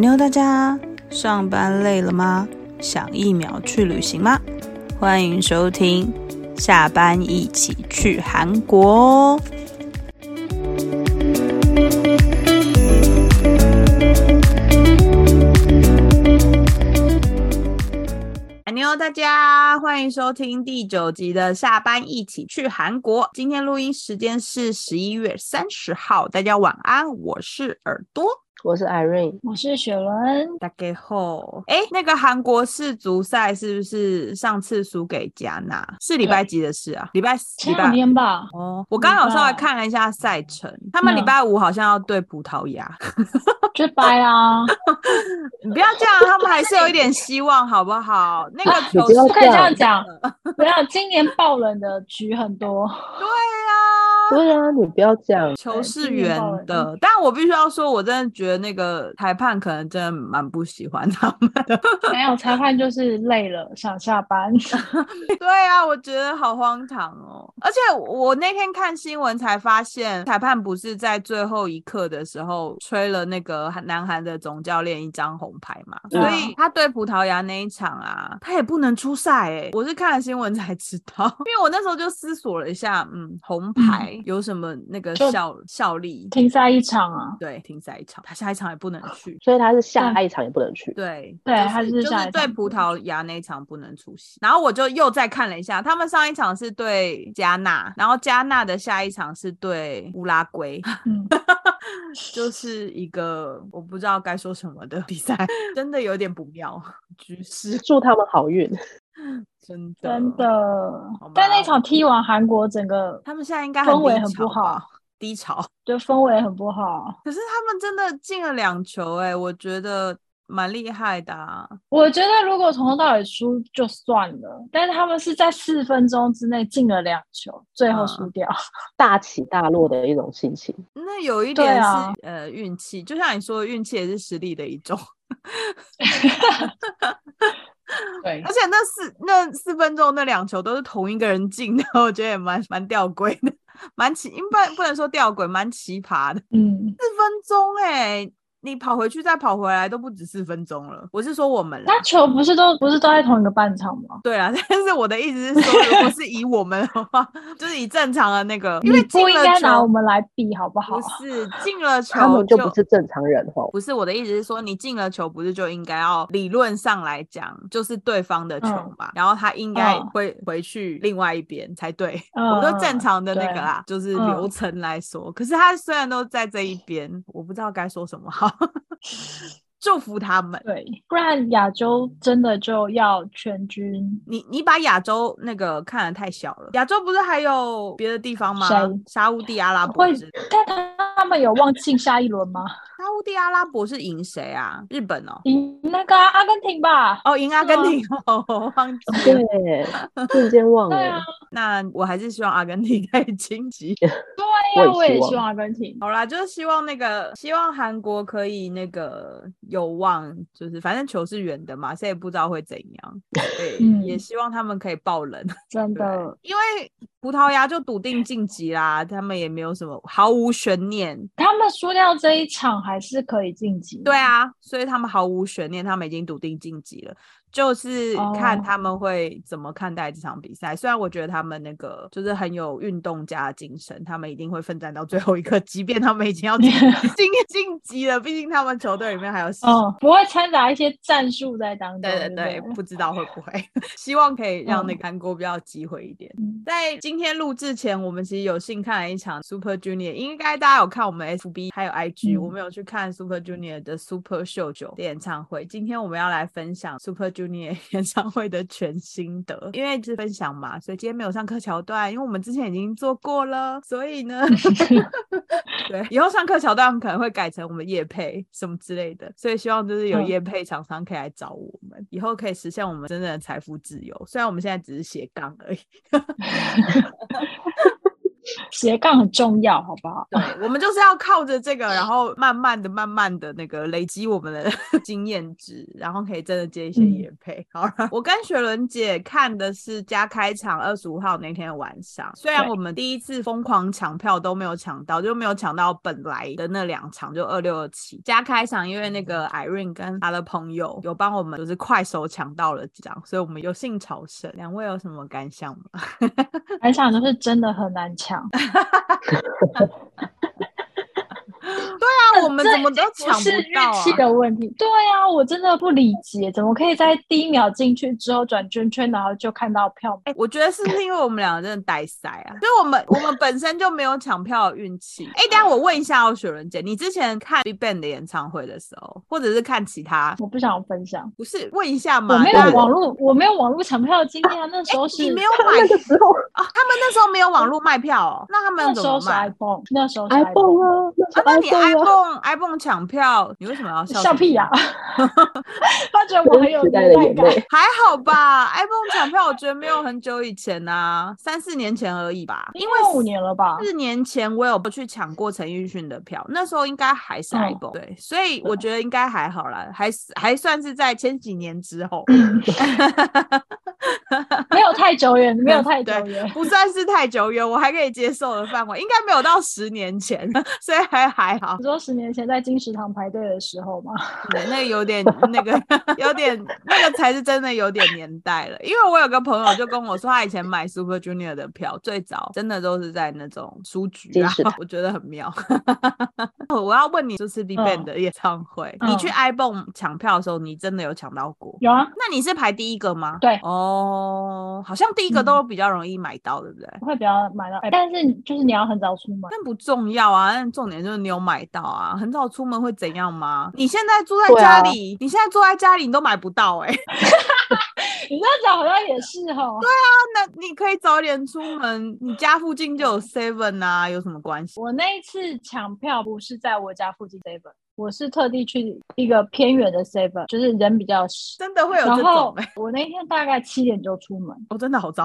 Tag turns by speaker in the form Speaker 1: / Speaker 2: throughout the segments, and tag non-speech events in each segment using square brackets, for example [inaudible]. Speaker 1: 妞大家，上班累了吗？想一秒去旅行吗？欢迎收听《下班一起去韩国》哦。妞大家，欢迎收听第九集的下班一起去韩国。今天录音时间是十一月三十号，大家晚安，我是耳朵。
Speaker 2: 我是 Irene，
Speaker 3: 我是雪伦，
Speaker 1: 大概后，哎，那个韩国世足赛是不是上次输给加纳？是礼拜几的事啊？礼拜四
Speaker 3: 前
Speaker 1: 礼拜
Speaker 3: 两天吧，
Speaker 1: 哦，我刚好
Speaker 3: 礼拜
Speaker 1: 稍微看了一下赛程，他们
Speaker 3: 嗯
Speaker 1: 礼拜五好像要对葡萄牙， [laughs]
Speaker 3: [laughs] 就掰啊！
Speaker 1: 你不要这样，他们还是有一点希望，好不
Speaker 3: [laughs]
Speaker 1: 好？那个球
Speaker 2: 不要
Speaker 1: 是
Speaker 3: 不可以这样 [laughs] 讲
Speaker 1: 的，
Speaker 3: 不要，啊今年爆冷的局很多，
Speaker 1: 对呀、
Speaker 2: 对啊，你不要讲，
Speaker 1: 球
Speaker 3: 对
Speaker 1: 是
Speaker 3: 今年
Speaker 1: 圆
Speaker 3: 爆冷
Speaker 1: 的，但我必须要说，我真的觉得那个裁判可能真的蛮不喜欢他们的。
Speaker 3: 没有裁判就是累了，想下班。 [laughs]
Speaker 1: [laughs] 对啊，我觉得好荒唐哦！而且我那天看新闻才发现，裁判不是在最后一刻的时候吹了那个南韩的总教练一张红牌嘛？
Speaker 2: 嗯
Speaker 1: 所以他对葡萄牙那一场啊，他也不能出赛哎、我是看了新闻才知道， [laughs] 因为我那时候就思索了一下，嗯，红牌有什么那个
Speaker 3: 就
Speaker 1: 效效力？
Speaker 3: 停赛一场啊，
Speaker 1: 对，停赛一场，他下一场也不能去。
Speaker 2: 所以他是下一场也不能去。
Speaker 1: 对
Speaker 3: 对
Speaker 1: 就是
Speaker 3: 他是
Speaker 1: 就
Speaker 3: 下
Speaker 1: 是
Speaker 3: 一
Speaker 1: 对
Speaker 3: 场
Speaker 1: 葡
Speaker 3: 不能
Speaker 1: 萄牙那一场不能出席，然后我就又再看了一下，他们上一场是对加纳，然后加纳的下一场是对乌拉圭， [laughs]
Speaker 3: [laughs] 嗯，
Speaker 1: 就是一个我不知道该说什么的比赛， [laughs] 真的有点不妙局势，
Speaker 2: 祝他们好运， [laughs]
Speaker 1: 真的
Speaker 3: 真。的
Speaker 1: 好吧。
Speaker 3: 但那场踢完韩国，整个
Speaker 1: 他们现在应该
Speaker 3: 氛围
Speaker 1: 低
Speaker 3: 很不
Speaker 1: 潮吧
Speaker 3: 好，
Speaker 1: 低潮。
Speaker 3: 就氛围很不好。
Speaker 1: 可是他们真的进了两球、哎，我觉得蛮厉害的、啊。
Speaker 3: 我觉得如果从头到尾输就算了，但是他们是在四分钟之内进了两球，最后输
Speaker 1: 嗯
Speaker 3: 掉。
Speaker 2: 大起大落的一种心情。
Speaker 1: 那有一
Speaker 3: 对
Speaker 1: 点是、
Speaker 3: 啊
Speaker 1: 呃运气，就像你说，运气也是实力的一种。
Speaker 3: 对
Speaker 1: 而且那四那四分钟那两球都是同一个人进 [laughs] 的，我觉得也蛮蛮吊诡的，蛮奇，因为不不能说吊诡，蛮奇葩的。
Speaker 3: 嗯，
Speaker 1: 四分钟哎、你跑回去再跑回来都不止四分钟了。我是说我们啦
Speaker 3: 那，球不是都不是都在同一个半场吗？
Speaker 1: 对啦， [laughs] 但是我的意思是说，如果是以我们的话， [laughs] 就是以正常的那个，因为
Speaker 3: 你不
Speaker 1: 进
Speaker 3: 应
Speaker 1: 了
Speaker 3: 该拿我
Speaker 1: 球
Speaker 3: 们来比好不好
Speaker 1: 不？是进了球
Speaker 2: 他们就不是正常人哦。
Speaker 1: 不是我的意思是说，你进了球，不是就应该要理论上来讲，就是对方的球
Speaker 3: 嗯
Speaker 1: 嘛，然后他应该
Speaker 3: 嗯
Speaker 1: 会回去另外一边才对。
Speaker 3: 嗯
Speaker 1: 我说
Speaker 3: 嗯
Speaker 1: 正常的那个
Speaker 3: 对嗯
Speaker 1: 啦，就是流程来说。可是他虽然都在这一边，我不知道该说什么好， [laughs] 祝福他们。
Speaker 3: 对，不然亚洲真的就要全军。
Speaker 1: 你你把亚洲那个看得太小了，亚洲不是还有别的地方吗
Speaker 3: 谁？
Speaker 1: 沙乌地阿拉伯
Speaker 3: 会
Speaker 1: 之类的，
Speaker 3: 但他他们有望进下一轮吗？
Speaker 1: 沙乌地阿拉伯是赢谁啊？日本哦，
Speaker 3: 赢那个啊阿根廷吧。
Speaker 1: 哦赢阿
Speaker 3: 是吗
Speaker 1: 根廷 [laughs] 哦，我忘记了。
Speaker 2: 对，瞬间忘
Speaker 3: 对
Speaker 2: 了
Speaker 3: 啊，，
Speaker 1: 那我还是希望阿根廷 [laughs] 可以晋级。
Speaker 3: 对哎呀、
Speaker 2: 我
Speaker 3: 我
Speaker 2: 也希
Speaker 3: 也
Speaker 2: 望
Speaker 3: 希望阿根廷。
Speaker 1: 好啦，就是希望那个，希望韩国可以那个有望，就是反正球是圆的嘛，谁也不知道会怎样。对，
Speaker 3: 嗯
Speaker 1: 也希望他们可以爆冷， [laughs]
Speaker 3: 真
Speaker 1: 对
Speaker 3: 的，，
Speaker 1: 因为葡萄牙就笃定晋级啦，他们也没有什么毫无悬念。
Speaker 3: 他们输掉这一场还是可以晋级。
Speaker 1: 对，
Speaker 3: [laughs]
Speaker 1: 啊，所以他们毫无悬念，他们已经笃定晋级了，就是看
Speaker 3: 哦
Speaker 1: 他们会怎么看待这场比赛。虽然我觉得他们那个就是很有运动家的精神，他们一定会奋战到最后一刻，即便他们已经要
Speaker 3: [laughs]
Speaker 1: 晋晋晋级了，毕竟他们球队里面还有十。
Speaker 3: 嗯，不会掺杂一些战术在当中。
Speaker 1: 对对
Speaker 3: 对
Speaker 1: 对
Speaker 3: 不，对
Speaker 1: 不知道会不会， [laughs] 希望可以让那
Speaker 3: 嗯
Speaker 1: 个韩国比较有机会一点。
Speaker 3: 嗯
Speaker 1: 在今天录制前，我们其实有幸看了一场 Super Junior，应该大家有看我们 FB 还有 IG，、
Speaker 3: 嗯
Speaker 1: 我们有去看 Super Junior 的 Super 秀九的演唱会。今天我们要来分享 Super Junior [laughs] 演唱会的全心得，因为是分享嘛，所以今天没有上课桥段，因为我们之前已经做过了，所以
Speaker 3: [laughs]
Speaker 1: 呢， [laughs] 对，以后上课桥段可能会改成我们叶配什么之类的，所以希望就是有
Speaker 3: 嗯
Speaker 1: 叶配厂商可以来找我们，以后可以实现我们真正的财富自由。虽然我们现在只是斜杠而已。
Speaker 3: 斜杠很重要，好不好？
Speaker 1: 对，我们就是要靠着这个，然
Speaker 3: [laughs]
Speaker 1: 后慢慢的、慢慢的那个累积我们的 [laughs] 经验值，然后可以真的接一些
Speaker 3: 嗯
Speaker 1: 业配。好了，我跟雪伦姐看的是加开场二十五号那天的晚上，虽然
Speaker 3: 对
Speaker 1: 我们第一次疯狂抢票都没有抢到，就没有抢到本来的那两场，就二六二七加开场，因为那个 Irene 跟她的朋友有帮我们，就是快手抢到了几张，所以我们有幸朝圣。两位有什么感想吗？
Speaker 3: 感想就是真的很难抢，
Speaker 1: 那我们
Speaker 3: 这
Speaker 1: 怎么
Speaker 3: 已
Speaker 1: 都
Speaker 3: 经
Speaker 1: 抢
Speaker 3: 不是
Speaker 1: 到、
Speaker 3: 运
Speaker 1: 啊
Speaker 3: 气？的问题。对啊，我真的不理解，怎么可以在第一秒进去之后转圈圈，然后就看到票？
Speaker 1: 哎、我觉得是不是因为我们两个真的呆塞啊？就是我们我们本身就没有抢票的运气。哎、等一下我问一下哦，雪伦姐，你之前看 Big Bang 的演唱会的时候，或者是看其他，
Speaker 3: 我不想分享，
Speaker 1: 不是问一下
Speaker 3: 我
Speaker 1: 嘛？
Speaker 3: 没
Speaker 1: 大
Speaker 3: 有
Speaker 1: 家
Speaker 3: 网络，我没有网络抢票的经验啊。那时候是
Speaker 1: 你没有买
Speaker 2: 那个时候
Speaker 1: 啊？他们那时候没有网络卖票哦，那他
Speaker 3: 那
Speaker 1: 们
Speaker 3: 时
Speaker 1: 怎
Speaker 3: 候
Speaker 1: 么
Speaker 3: 是
Speaker 1: 卖？
Speaker 3: iPhone，那时候是
Speaker 2: iPhone 啊，那时
Speaker 1: 啊，
Speaker 2: 候
Speaker 1: 那你
Speaker 2: iPhone 啊，
Speaker 1: iPhone iPhone 抢票，你为什么要笑？啊
Speaker 3: 笑屁呀、！ [laughs] 他觉得我
Speaker 2: 真
Speaker 3: 很有
Speaker 2: 时代
Speaker 3: 年
Speaker 2: 的
Speaker 3: 代
Speaker 2: 眼
Speaker 3: 感。
Speaker 2: 泪。
Speaker 1: 还好吧，iPhone 抢票我觉得没有很久以前呐、三四年前而已吧。因为
Speaker 3: 五年了吧？
Speaker 1: 四年前我有去抢过陈奕迅的票，那时候应该还是
Speaker 3: 嗯
Speaker 1: iPhone，、对，所以我觉得应该还好啦，还是还算是在前几年之后，
Speaker 3: 没有太久远，
Speaker 1: 嗯
Speaker 3: 没有太久远。
Speaker 1: 不算是太久远，我还可以接受的范围，应该没有到十年前， [laughs] 所以还还好
Speaker 3: 你。说十年前在金石堂排队的时候吗？
Speaker 1: 对，那个有点那个有点那个才是真的有点年代了，因为我有个朋友就跟我说，他以前买 Super Junior 的票，最早真的都是在那种书局啊
Speaker 2: 金石堂，
Speaker 1: 我觉得很妙。 [laughs] 我要问你，就是 Big Bang
Speaker 3: 嗯
Speaker 1: 的演唱会，
Speaker 3: 嗯
Speaker 1: 你去 iPhone 抢票的时候，你真的有抢到过？
Speaker 3: 有啊，
Speaker 1: 那你是排第一个吗？
Speaker 3: 对
Speaker 1: 哦好像第一个
Speaker 3: 嗯
Speaker 1: 都比较容易买到，对不对？
Speaker 3: 会比较买到，哎但是就是你要很早出门。
Speaker 1: 但不重要啊，但重点就是你有买到啊。很早出门会怎样吗？你现在住在
Speaker 2: 对
Speaker 1: 家
Speaker 2: 啊
Speaker 1: 里，你现在住在家里，你都买不到哎、
Speaker 3: 你这样讲好像也是哦。对，
Speaker 1: [laughs] 那你可以早点出门，你家附近就有 Seven 啊，有什么关系？
Speaker 3: 我那一次抢票不是在我家附近 seven，我是特地去一个偏远的 seven，就是人比较少。
Speaker 1: 真的会有
Speaker 3: 然
Speaker 1: 这种
Speaker 3: 后
Speaker 1: 哎、
Speaker 3: 我那天大概七点就出门，
Speaker 1: 我、真的好早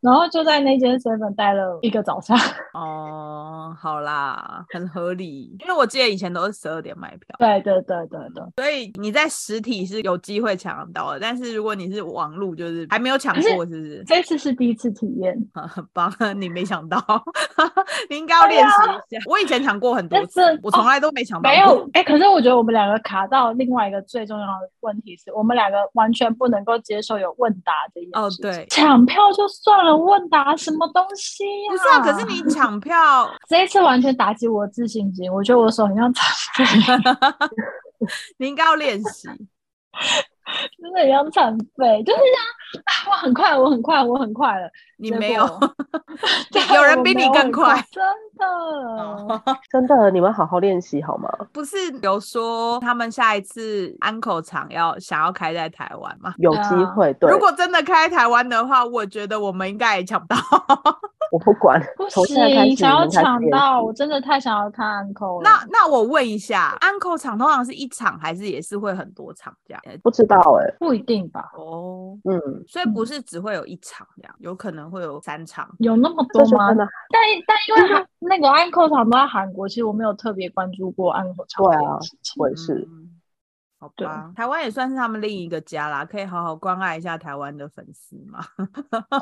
Speaker 3: 然后就在那间 seven 待了一个早上。
Speaker 1: [laughs]
Speaker 3: [laughs]
Speaker 1: 哦。好啦，很合理，因为我记得以前都是十二点买票，
Speaker 3: 对对对对对。
Speaker 1: 所以你在实体是有机会抢得到的，但是如果你是网路，就是还没有抢
Speaker 3: 可是
Speaker 1: 过，是不是？
Speaker 3: 这次是第一次体验，
Speaker 1: 啊很棒， [laughs] 你没想到，你应该要练习一下。我以前抢过很多
Speaker 3: 但
Speaker 1: 次
Speaker 3: 是，
Speaker 1: 我从来都没抢到
Speaker 3: 没
Speaker 1: 过
Speaker 3: 有哎、可是我觉得我们两个卡到另外一个最重要的问题是，我们两个完全不能够接受有问答这件
Speaker 1: 哦
Speaker 3: 事情
Speaker 1: 对
Speaker 3: 抢票就算了，问答什么东西、呀？
Speaker 1: 不是啊，可是你抢票，
Speaker 3: 这一次完全打击我的自信心，我觉得我手很像 [laughs] 残废，
Speaker 1: 你应该要练习。
Speaker 3: 真的很像残废，就是像、啊、我很快，我很快，我很快了，
Speaker 1: 你
Speaker 3: 结
Speaker 1: 没有， [laughs]
Speaker 3: 果
Speaker 1: 你
Speaker 3: 对
Speaker 1: 有人
Speaker 3: 我
Speaker 1: 比
Speaker 3: 没
Speaker 1: 你
Speaker 3: 有
Speaker 1: 更
Speaker 3: 很
Speaker 1: 快，哦
Speaker 3: 真的。
Speaker 2: 真的，你们好好练习好吗？
Speaker 1: 不是有说他们下一次安口厂要想要开在台湾吗？
Speaker 2: 有
Speaker 3: 对啊
Speaker 2: 机会，对
Speaker 1: 如，果真的开台湾的话，我觉得我们应该也抢不到。 [laughs]
Speaker 2: 我不管，
Speaker 3: 不
Speaker 2: 从现在开始
Speaker 3: 行，
Speaker 2: 你
Speaker 3: 想要
Speaker 2: 们开始
Speaker 3: 抢
Speaker 2: 练
Speaker 3: 到，
Speaker 2: 习
Speaker 3: 我真的太想要看安扣了。
Speaker 1: 那那我问一下，安口厂通常是一场还是也是会很多场这样？
Speaker 2: 不知道哎，
Speaker 3: 不一定吧？
Speaker 1: 哦，
Speaker 2: 嗯，
Speaker 1: 所以不是只会有一场这样，有可能会有三场。
Speaker 3: 有那么
Speaker 2: 这
Speaker 3: 多
Speaker 2: 就
Speaker 3: 吗
Speaker 2: 真？的
Speaker 3: 但但因
Speaker 1: 嗯
Speaker 3: 为韩那个安扣厂都在韩国，其实我没有特别关注过安扣厂。
Speaker 2: 对啊，我
Speaker 3: 我
Speaker 2: 也是，
Speaker 1: 嗯好
Speaker 3: 对
Speaker 1: 吧，台湾也算是他们另一个家啦，可以好好关爱一下台湾的粉丝嘛。 [laughs]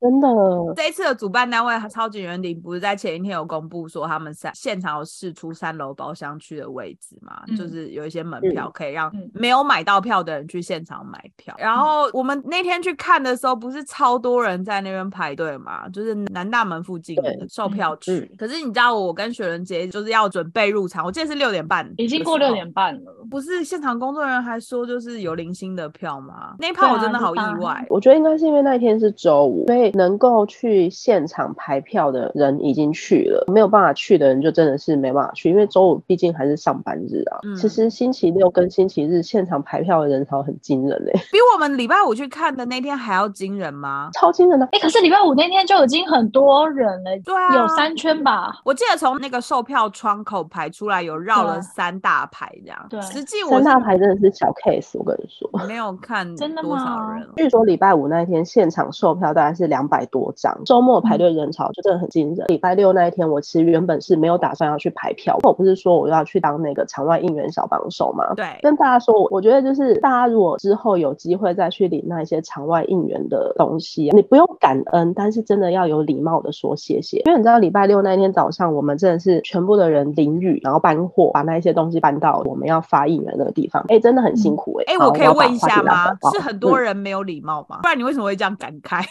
Speaker 2: 真的，
Speaker 1: 这一次的主办单位超级园林不是在前一天有公布说他们三现场有试出三楼包厢区的位置嘛，
Speaker 3: 嗯
Speaker 1: 就是有一些门
Speaker 2: 嗯
Speaker 1: 票可以让
Speaker 3: 嗯
Speaker 1: 没有买到票的人去现场买票。然后我们那天去看的时候，不是超多人在那边排队嘛，就是南大门附近
Speaker 2: 对
Speaker 1: 售票区。
Speaker 2: 嗯
Speaker 1: 可是你知道我跟雪伦姐就是要准备入场，我记得是六点半，
Speaker 3: 已经过六。点半了。
Speaker 1: 不是现场工作人员还说就是有零星的票吗？那一
Speaker 3: 对
Speaker 1: 趴我
Speaker 3: 啊
Speaker 1: 真的
Speaker 3: 就
Speaker 1: 好意
Speaker 3: 大家
Speaker 1: 外， [laughs]
Speaker 2: 我觉得应该是因为那一天是周五，所以能够去现场排票的人已经去了，没有办法去的人就真的是没办法去，因为周五毕竟还是上班日啊。
Speaker 1: 嗯
Speaker 2: 其实星期六跟星期日现场排票的人潮很惊
Speaker 1: [laughs]
Speaker 2: 人哎，
Speaker 1: 比我们礼拜五去看的那天还要惊人吗？
Speaker 2: 超惊人的。
Speaker 3: 哎、可是礼拜五那天就已经很多人了，
Speaker 1: 对啊，
Speaker 3: 有三圈吧？
Speaker 1: 我记得从那个售票窗口排出来有绕了
Speaker 3: 对
Speaker 1: 三大排这样，
Speaker 3: 对
Speaker 1: 实际我
Speaker 2: 三
Speaker 1: 是
Speaker 2: 大排真的是小 case，我跟你说。
Speaker 1: 没有看
Speaker 3: 真的
Speaker 1: 多少
Speaker 3: 吗
Speaker 1: 人，
Speaker 2: 据说礼拜五那一天现场售票大概是两百多张，周末排队人潮就真的很惊
Speaker 1: 嗯
Speaker 2: 人。礼拜六那一天，我其实原本是没有打算要去排票，我不是说我要去当那个场外应援小帮手吗？
Speaker 1: 对，
Speaker 2: 跟大家说，我我觉得就是大家如果之后有机会再去领那一些场外应援的东西、啊你不用感恩，但是真的要有礼貌的说谢谢，因为你知道礼拜六那一天早上，我们真的是全部的人淋雨，然后搬货，把那一些东西搬到我们要发应援那个地方，哎、真的很辛苦哎、
Speaker 1: 哎、
Speaker 2: 好
Speaker 1: 我可以
Speaker 2: 要把
Speaker 1: 问一
Speaker 2: 话
Speaker 1: 下
Speaker 2: 题拉
Speaker 1: 吗
Speaker 2: 回？
Speaker 1: 是
Speaker 2: 来
Speaker 1: 很
Speaker 2: 嗯
Speaker 1: 多人没有礼貌吗？不然你为什么会这样感慨？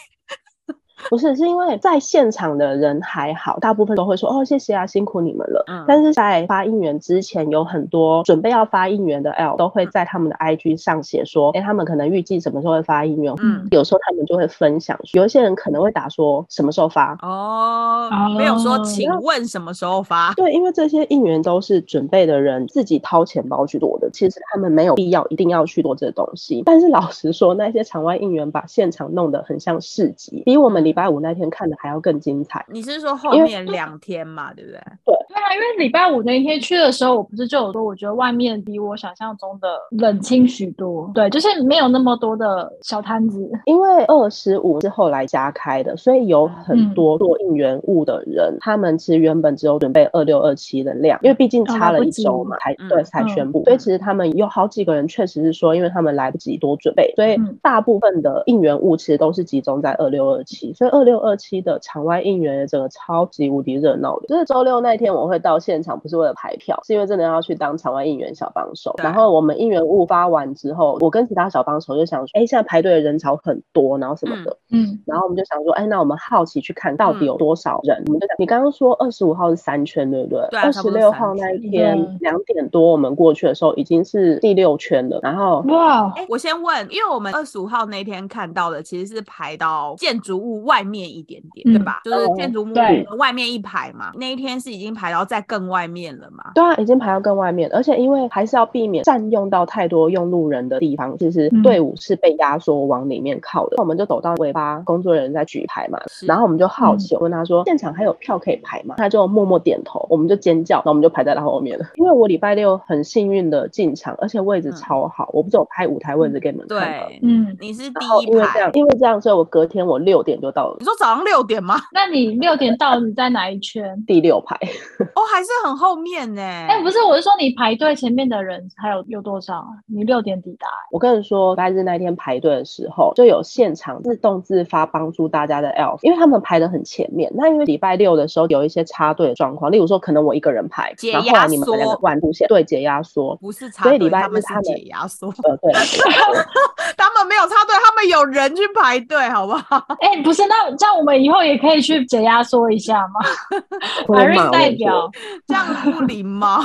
Speaker 2: 不是，是因为在现场的人还好，大部分都会说哦谢谢啊，辛苦你们了。
Speaker 1: 嗯
Speaker 2: 但是在发应援之前，有很多准备要发应援的 L 都会在他们的 IG 上写说，哎、他们可能预计什么时候会发应援。
Speaker 1: 嗯，
Speaker 2: 有时候他们就会分享，有一些人可能会打说什么时候发。
Speaker 1: 哦，没有说
Speaker 3: 哦
Speaker 1: 请问什么时候发？
Speaker 2: 对，因为这些应援都是准备的人自己掏钱包去做的，其实他们没有必要一定要去做这东西。但是老实说，那些场外应援把现场弄得很像市集，比我们礼拜五那天看的还要更精彩。
Speaker 1: 你是说后
Speaker 2: 因为
Speaker 1: 面两天嘛，对不对？
Speaker 3: 对啊，因为礼拜五那一天去的时候，我不是就有说，我觉得外面比我想象中的冷清许多。对，就是没有那么多的小摊子。
Speaker 2: 因为二十五是后来加开的，所以
Speaker 1: 嗯
Speaker 2: 有很多做应援物的人，他们其实原本只有准备二六二七的量，因为毕竟
Speaker 1: 哦
Speaker 2: 差了一周嘛，才
Speaker 1: 嗯
Speaker 2: 对才宣布，所以其实他们有好几个人确实是说，因为他们来不及多准备，所以
Speaker 3: 嗯
Speaker 2: 大部分的应援物其实都是集中在二六二七，所以二六二七的场外应援整个超级无敌热闹的。就是周六那一天我会到现场，不是为了排票，是因为真的要去当场外应援小帮手。
Speaker 1: 对
Speaker 2: 然后我们应援物发完之后，我跟其他小帮手就想说，哎、现在排队的人潮很多，然后什么的。
Speaker 3: 嗯，
Speaker 2: 然后我们就想说，哎，那我们好奇去看到
Speaker 1: 嗯
Speaker 2: 底有多少人？我们就想，你刚刚说二十五号是三圈，对不对？
Speaker 1: 对啊
Speaker 2: 二
Speaker 1: 差
Speaker 2: 十
Speaker 1: 不多
Speaker 2: 六
Speaker 1: 三
Speaker 2: 号那一
Speaker 3: 圈
Speaker 2: 天
Speaker 3: 嗯
Speaker 2: 两点多我们过去的时候已经是第六圈了，然后
Speaker 3: 哇，哦
Speaker 1: 哎、我先问，因为我们二十五号那天看到的其实是排到建筑物外面一点点，对
Speaker 3: 嗯
Speaker 1: 吧？就是
Speaker 2: 哦
Speaker 1: 建筑物
Speaker 3: 对
Speaker 1: 外面一排嘛，那一天是已经排到在更外面了嘛？
Speaker 2: 对啊，已经排到更外面，而且因为还是要避免占用到太多用路人的地方，其实
Speaker 3: 嗯
Speaker 2: 队伍是被压缩往里面靠的。我们就走到尾巴，工作人员在举牌嘛，
Speaker 1: 是
Speaker 2: 然后我们就
Speaker 1: 嗯
Speaker 2: 好奇，我问他说：“现场还有票可以排吗？”他就默默点头，我们就尖叫，然后我们就排在他后面了。因为我礼拜六很幸运的进场，而且位置
Speaker 1: 嗯
Speaker 2: 超好，我不是有拍舞台位置给你们看吗？
Speaker 1: 对，
Speaker 3: 嗯，
Speaker 1: 你是第
Speaker 2: 然后
Speaker 1: 一
Speaker 2: 因为这
Speaker 1: 排
Speaker 2: 样，。因为这样，所以我隔天我六点就到了
Speaker 1: 你说早上六点吗？
Speaker 3: 那你六点到，你在哪一圈？
Speaker 2: 第六排。 [laughs]
Speaker 1: 哦，还是很后面呢、
Speaker 3: 哎、不是，我是说你排队前面的人还有有多少啊？你六点抵达、
Speaker 2: 我跟你说，礼拜日那天排队的时候，就有现场自动自发帮助大家的 elf，因为他们排的很前面。那因为礼拜六的时候有一些插队的状况，例如说可能我一个人排，
Speaker 1: 解
Speaker 2: 然后后
Speaker 1: 压
Speaker 2: 来你们两个
Speaker 1: 缩
Speaker 2: 晚出现，对，解压缩。
Speaker 1: 不是插
Speaker 2: 所以
Speaker 1: 队，
Speaker 2: 礼拜
Speaker 1: 他
Speaker 2: 日
Speaker 1: 们是
Speaker 2: 他们
Speaker 1: 解压缩， [laughs]
Speaker 2: 呃，对， [laughs]
Speaker 1: 他们没有插队，他们有人去排队，好不好？ [laughs]
Speaker 3: 哎、不是，那这样我们以后也可以去解压缩一下吗？
Speaker 2: 会
Speaker 3: 法律
Speaker 2: 骂我
Speaker 3: 代
Speaker 2: 跟你说哦
Speaker 3: 表，
Speaker 1: 这样不礼貌。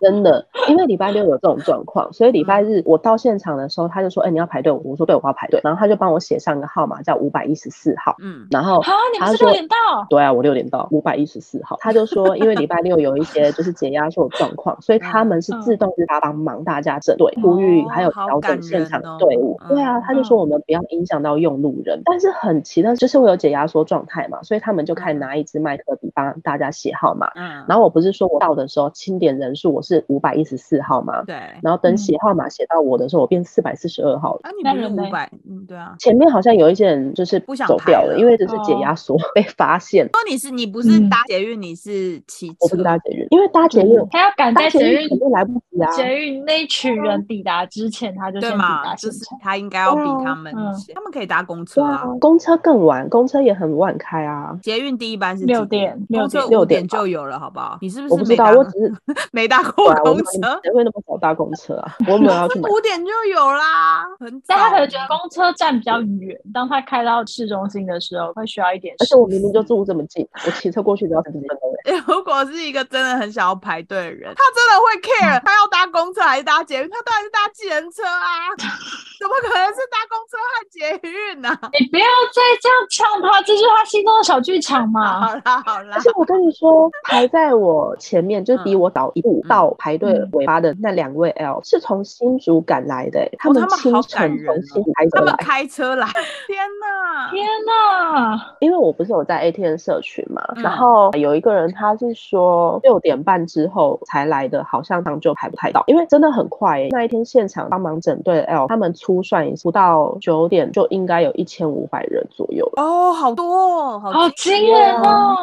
Speaker 2: 真的，因为礼拜六有这种状况，所以礼
Speaker 1: 嗯
Speaker 2: 拜日我到现场的时候，他就说：“哎、你要排队。”我说：“对，我要排队。”然后他就帮我写上一个号码，叫五百一十四号。 [laughs]
Speaker 1: 嗯，
Speaker 2: 然后
Speaker 3: 好，你们
Speaker 2: 他
Speaker 3: 是
Speaker 2: 说
Speaker 3: 六点到，
Speaker 2: 对啊，我六点到五百一十四号，他就说，因为礼拜六有一些就是解压缩的状况，所以他们是自动自发帮忙大家整队，呼吁
Speaker 1: 嗯哦
Speaker 2: 还有
Speaker 1: 好
Speaker 2: 调
Speaker 1: 感
Speaker 2: 整现
Speaker 1: 人
Speaker 2: 场
Speaker 1: 哦
Speaker 2: 队伍。对啊，
Speaker 1: 嗯
Speaker 2: 他就说我们不要影响到用路人，但是很奇的就是我有解压缩状态嘛，所以他们就开始
Speaker 1: 嗯
Speaker 2: 拿一支麦克笔帮大家写号码。
Speaker 1: 嗯，
Speaker 2: 然后我不是说我到的时候清点人数我是五百一十四号吗？
Speaker 1: 对，
Speaker 2: 然后等
Speaker 3: 嗯
Speaker 2: 写号码写到我的时候，我变四百四十二号了。
Speaker 1: 啊，你
Speaker 3: 那
Speaker 1: 不是
Speaker 3: 人呢
Speaker 1: 五百？嗯，对啊。
Speaker 2: 前面好像有一些人就是
Speaker 1: 不想
Speaker 2: 走
Speaker 1: 排
Speaker 2: 掉了，
Speaker 1: 了
Speaker 2: 因为只是解
Speaker 3: 哦
Speaker 2: 压缩被
Speaker 1: [laughs]
Speaker 2: 发现，
Speaker 1: 说你是你不是
Speaker 3: 嗯
Speaker 1: 搭捷运，你是骑车，
Speaker 2: 我不是搭捷运，因为搭捷运
Speaker 3: 他要赶
Speaker 2: 搭
Speaker 3: 在
Speaker 2: 捷
Speaker 3: 捷
Speaker 2: 运
Speaker 3: 运
Speaker 2: 肯定来不及啊。
Speaker 3: 捷运那一群人抵达之前，他就
Speaker 1: 对
Speaker 3: 先抵
Speaker 1: 嘛？
Speaker 3: 达
Speaker 1: 就
Speaker 3: 现
Speaker 1: 是
Speaker 3: 场。
Speaker 1: 他应该要比
Speaker 2: 对啊
Speaker 1: 他们
Speaker 3: 嗯
Speaker 1: 先，他们可以搭公车
Speaker 2: 对
Speaker 1: 啊
Speaker 2: 啊。，公车更晚，公车也很晚开啊。
Speaker 1: 捷运第一班是
Speaker 3: 六
Speaker 1: 几
Speaker 3: 点
Speaker 1: 公
Speaker 3: 六
Speaker 1: 车
Speaker 3: 点
Speaker 1: 五
Speaker 2: 六
Speaker 1: 点
Speaker 2: 点吧
Speaker 1: 就有了，好不好？你是
Speaker 2: 我
Speaker 1: 不是
Speaker 2: 不知
Speaker 1: 没
Speaker 2: 道，
Speaker 1: 搭
Speaker 2: 我只是
Speaker 1: 没搭
Speaker 2: 对
Speaker 1: 过
Speaker 2: 啊，我
Speaker 1: 公
Speaker 2: 不知道
Speaker 1: 车
Speaker 2: 你？谁会那么早搭公车啊？我没有
Speaker 1: [laughs]
Speaker 2: 要去买。
Speaker 1: 五点就有啦，很早。
Speaker 3: 但他可能觉得公车站比较远，当他开到市中心的时候，会需要一点
Speaker 2: 而
Speaker 3: 时
Speaker 2: 且
Speaker 3: 间。
Speaker 2: 我明明就住这么近，我骑车过去只要十几分钟而已。
Speaker 1: [laughs] 如果是一个真的很想要排队的人，他真的会 care 他要搭公车还是搭捷运，他当然是搭计程车啊，怎么可能是搭公车和捷运呢、 [laughs]
Speaker 3: 你不要再这样呛他，这就是他心中的小剧场嘛。
Speaker 2: [laughs]
Speaker 1: 好啦好啦
Speaker 2: 而且，我跟你说，排在在我前面，
Speaker 1: 嗯
Speaker 2: 就是比我早一步到排队尾巴的那两位 L，是从新竹赶来的、欸他
Speaker 1: 哦他
Speaker 2: 们
Speaker 1: 们好
Speaker 2: 清
Speaker 1: 感
Speaker 2: 晨
Speaker 1: 人哦
Speaker 2: 从新竹开
Speaker 1: 他
Speaker 2: 车 [laughs]
Speaker 1: 们
Speaker 2: 来。
Speaker 1: 开车来，天哪！
Speaker 3: 天哪！
Speaker 2: 因为我不是有在 ATN 社群嘛，
Speaker 1: 嗯
Speaker 2: 然后有一个人他是说六点半之后才来的，好像他就排不太到，因为真的很快、欸。那一天现场帮忙整队的 L，他们粗算一次不到九点就应该有一千五百人左右了。
Speaker 1: 哦，好多哦，
Speaker 3: 好
Speaker 1: 好
Speaker 3: 惊人哦！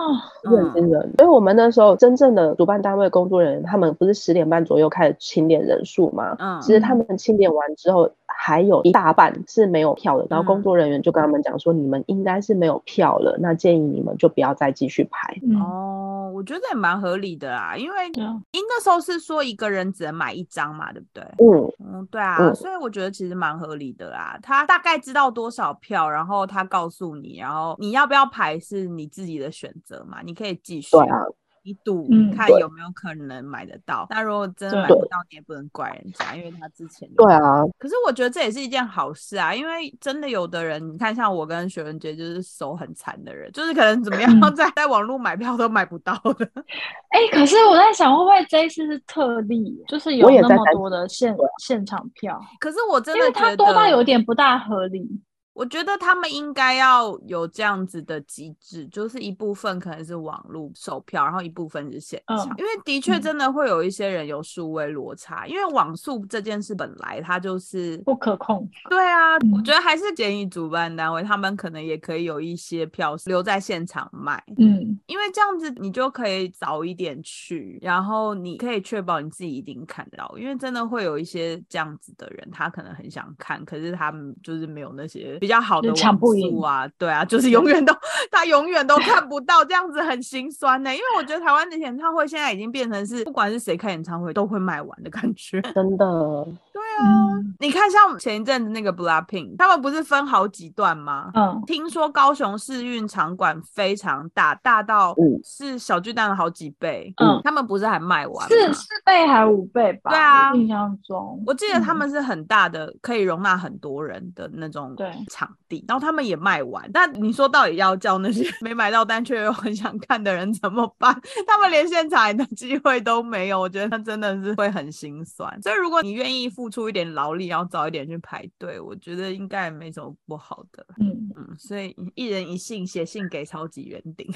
Speaker 1: 嗯
Speaker 2: 很惊人。所以我们那时候真正的主办单位工作人员，他们不是十点半左右开始清点人数吗？
Speaker 1: 嗯
Speaker 2: 其实他们清点完之后，还有一大半是没有票的。然后工作人员就跟他们讲说，你们应该是没有票了，那建议你们就不要再继续排。
Speaker 3: 嗯，
Speaker 1: 哦，我觉得也蛮合理的啦，因为
Speaker 3: 对啊
Speaker 1: 因那时候是说一个人只能买一张嘛，对不对？
Speaker 2: 嗯，
Speaker 1: 嗯，对啊，
Speaker 2: 嗯
Speaker 1: 所以我觉得其实蛮合理的啦。他大概知道多少票，然后他告诉你，然后你要不要排是你自己的选择嘛，你可以继续
Speaker 2: 对啊，
Speaker 1: 一赌、
Speaker 3: 嗯
Speaker 1: 看
Speaker 2: 对
Speaker 1: 有没有可能买得到。那如果真的
Speaker 3: 对
Speaker 1: 买不到，你也不能怪人家，因为他之前就
Speaker 2: 对啊，
Speaker 1: 可是我觉得这也是一件好事啊，因为真的有的人，你看像我跟雪伦姐就是手很残的人，就是可能怎么样
Speaker 3: 嗯
Speaker 1: 在、在网络买票都买不到的。 [laughs]
Speaker 3: 哎、可是我在想，会不会这一次是特例，就是有
Speaker 2: 我也
Speaker 3: 那
Speaker 2: 在
Speaker 3: 么
Speaker 2: 担
Speaker 3: 多的现
Speaker 2: 对
Speaker 3: 现场票，
Speaker 1: 可是我真
Speaker 3: 因为
Speaker 1: 的
Speaker 3: 它
Speaker 1: 觉
Speaker 3: 多到有
Speaker 1: 得，
Speaker 3: 点不大合理。
Speaker 1: 我觉得他们应该要有这样子的机制，就是一部分可能是网络售票，然后一部分是现场，
Speaker 3: 嗯
Speaker 1: 因为的确
Speaker 3: 嗯
Speaker 1: 真的会有一些人有数位落差，因为网速这件事本来它就是
Speaker 3: 不可控，
Speaker 1: 对啊，我
Speaker 3: 嗯
Speaker 1: 觉得还是建议主办单位他们可能也可以有一些票是留在现场卖。
Speaker 3: 嗯，
Speaker 1: 因为这样子你就可以早一点去，然后你可以确保你自己一定看到，因为真的会有一些这样子的人，他可能很想看，可是他们就是没有那些比较好的
Speaker 3: 就抢
Speaker 1: 网
Speaker 3: 不赢
Speaker 1: 速啊，对啊，就是永远都他永远都看不到，这样子很心酸呢、因为我觉得台湾的演唱会现在已经变成是不管是谁开演唱会都会卖完的感觉， [laughs]
Speaker 2: 真的，
Speaker 1: 对啊。
Speaker 3: 嗯
Speaker 1: 你看，像前一阵子那个 BLACKPINK，他们不是分好几段吗？
Speaker 3: 嗯，
Speaker 1: 听说高雄市运场馆非常大，大到
Speaker 2: 嗯
Speaker 1: 是小巨蛋的好几倍。
Speaker 3: 嗯
Speaker 1: 他们不是还卖完吗
Speaker 3: 四？四倍还五倍吧？
Speaker 1: 对啊
Speaker 3: 我印象中，
Speaker 1: 我记得他
Speaker 3: 嗯
Speaker 1: 们是很大的，可以容纳很多人的那种
Speaker 3: 对
Speaker 1: 场地，然后他们也卖完。那你说到底要叫那些没买到单却又很想看的人怎么办？他们连现场的机会都没有，我觉得那真的是会很心酸。所以如果你愿意付出一点劳力，然后早一点去排队，我觉得应该也没什么不好的。
Speaker 3: 嗯，
Speaker 1: 嗯，所以一人一信，写信给超级圆顶。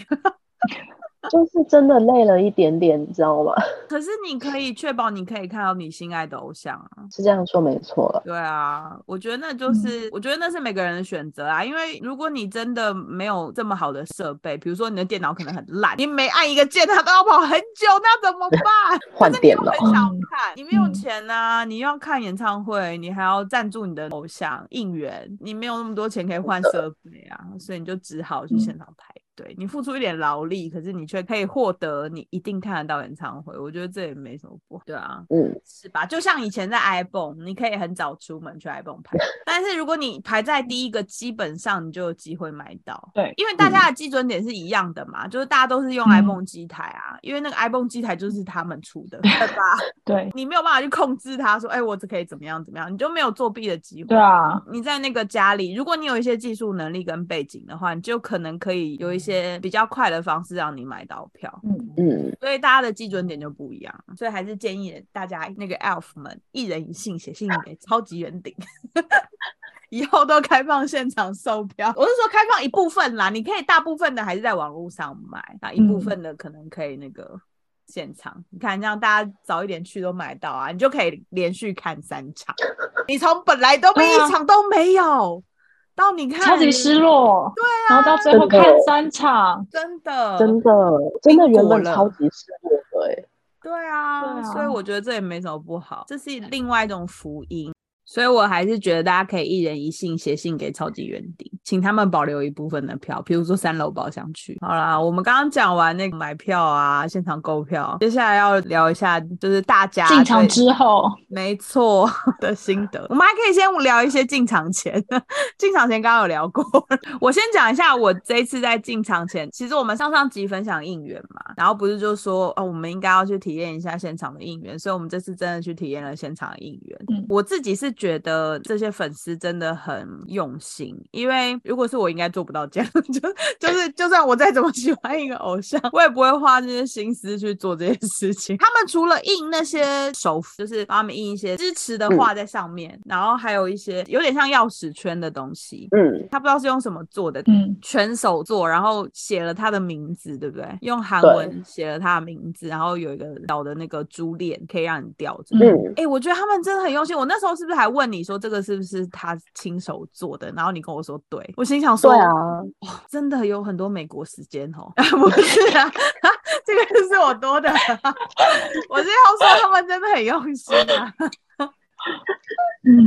Speaker 2: 就是真的累了一点点，你知道吗？
Speaker 1: [laughs] 可是你可以确保你可以看到你心爱的偶像啊。
Speaker 2: 是这样说没错了。
Speaker 1: 对啊，我觉得那就是，我觉得那是每个人的选择啊。因为如果你真的没有这么好的设备，比如说你的电脑可能很烂，你每按一个键它都要跑很久，那怎么办？
Speaker 2: 换
Speaker 1: 可是你
Speaker 2: 电
Speaker 1: 又
Speaker 2: 脑
Speaker 1: 很想看，你没有
Speaker 3: 嗯
Speaker 1: 钱啊，你又要看演唱会，你还要赞助你的偶像应援，你没有那么多钱可以换设备啊，所以你就只好去
Speaker 3: 嗯
Speaker 1: 现场排队。你付出一点劳力，可是你却可以获得你一定看得到演唱会，我觉得这也没什么不好。对啊，
Speaker 2: 嗯，
Speaker 1: 是吧？就像以前在 iPhone，你可以很早出门去 iPhone
Speaker 3: [laughs]
Speaker 1: 排，但是如果你排在第一个，基本上你就有机会买到。
Speaker 3: 对，
Speaker 1: 因为大家的基准点是一样的嘛，就是大家都是用
Speaker 3: 嗯
Speaker 1: iPhone 机台啊，因为那个 iPhone 机台就是他们出的，对吧？
Speaker 3: 对，
Speaker 1: 你没有办法去控制它，说，哎、我只可以怎么样怎么样，你就没有作弊的机会。
Speaker 3: 对啊，
Speaker 1: 你在那个家里，如果你有一些技术能力跟背景的话，你就可能可以有一些比较快的方式让你买到票。
Speaker 3: 嗯，
Speaker 2: 嗯，
Speaker 1: 所以大家的基准点就不一样，所以还是建议大家那个 elf 们一人一信写信给超级圆顶， [laughs] 以后都开放现场售票。我是说开放一部分啦，你可以大部分的还是在网络上买，那一部分
Speaker 3: 嗯
Speaker 1: 的可能可以那个现场。你看这样大家早一点去都买到啊，你就可以连续看三场。你从本来都没
Speaker 3: 对啊
Speaker 1: 一场都没有，到你看
Speaker 3: 超级失落，对啊，然后到最后
Speaker 2: 真
Speaker 3: 看
Speaker 2: 的
Speaker 3: 三场，
Speaker 1: 真的
Speaker 2: 真的，真的原
Speaker 1: 果
Speaker 2: 本
Speaker 1: 了
Speaker 2: 超级失落的、欸，
Speaker 1: 对啊，
Speaker 3: 对啊
Speaker 1: 所以我觉得这也没什么不好，这是另外一种福音。所以我还是觉得大家可以一人一信写信给超级园丁，请他们保留一部分的票，比如说三楼包厢区。好啦，我们刚刚讲完那个买票啊，现场购票，接下来要聊一下就是大家
Speaker 3: 进场
Speaker 1: 对
Speaker 3: 之后，
Speaker 1: 没错的心得。我们还可以先聊一些进场前， [laughs] 进场前刚刚有聊过。 [laughs] 我先讲一下我这一次在进场前，其实我们上上集分享应援嘛，然后不是就说哦，我们应该要去体验一下现场的应援，所以我们这次真的去体验了现场的应援。
Speaker 3: 嗯
Speaker 1: 我自己是觉得这些粉丝真的很用心，因为为如果是我，应该做不到这样。 [laughs] 就就是，就算我再怎么喜欢一个偶像，我也不会花这些心思去做这些事情。 [laughs] 他们除了印那些手幅，就是帮他们印一些支持的话在上面，然后还有一些有点像钥匙圈的东西，
Speaker 2: 嗯，
Speaker 1: 他不知道是用什么做的，
Speaker 3: 嗯，
Speaker 1: 全手做，然后写了他的名字，对不对？用韩
Speaker 2: 对
Speaker 1: 文写了他的名字，然后有一个小的那个珠链可以让你吊着。
Speaker 3: 嗯
Speaker 2: 嗯，
Speaker 1: 哎、我觉得他们真的很用心。我那时候是不是还问你说这个是不是他亲手做的？然后你跟我说对，我心想说
Speaker 2: 对啊，
Speaker 1: 哇真的有很多美国时间哦， [laughs] 不是啊，这个就是我多的。 [laughs] 我是要说他们真的很用心啊。 [laughs]
Speaker 3: 嗯，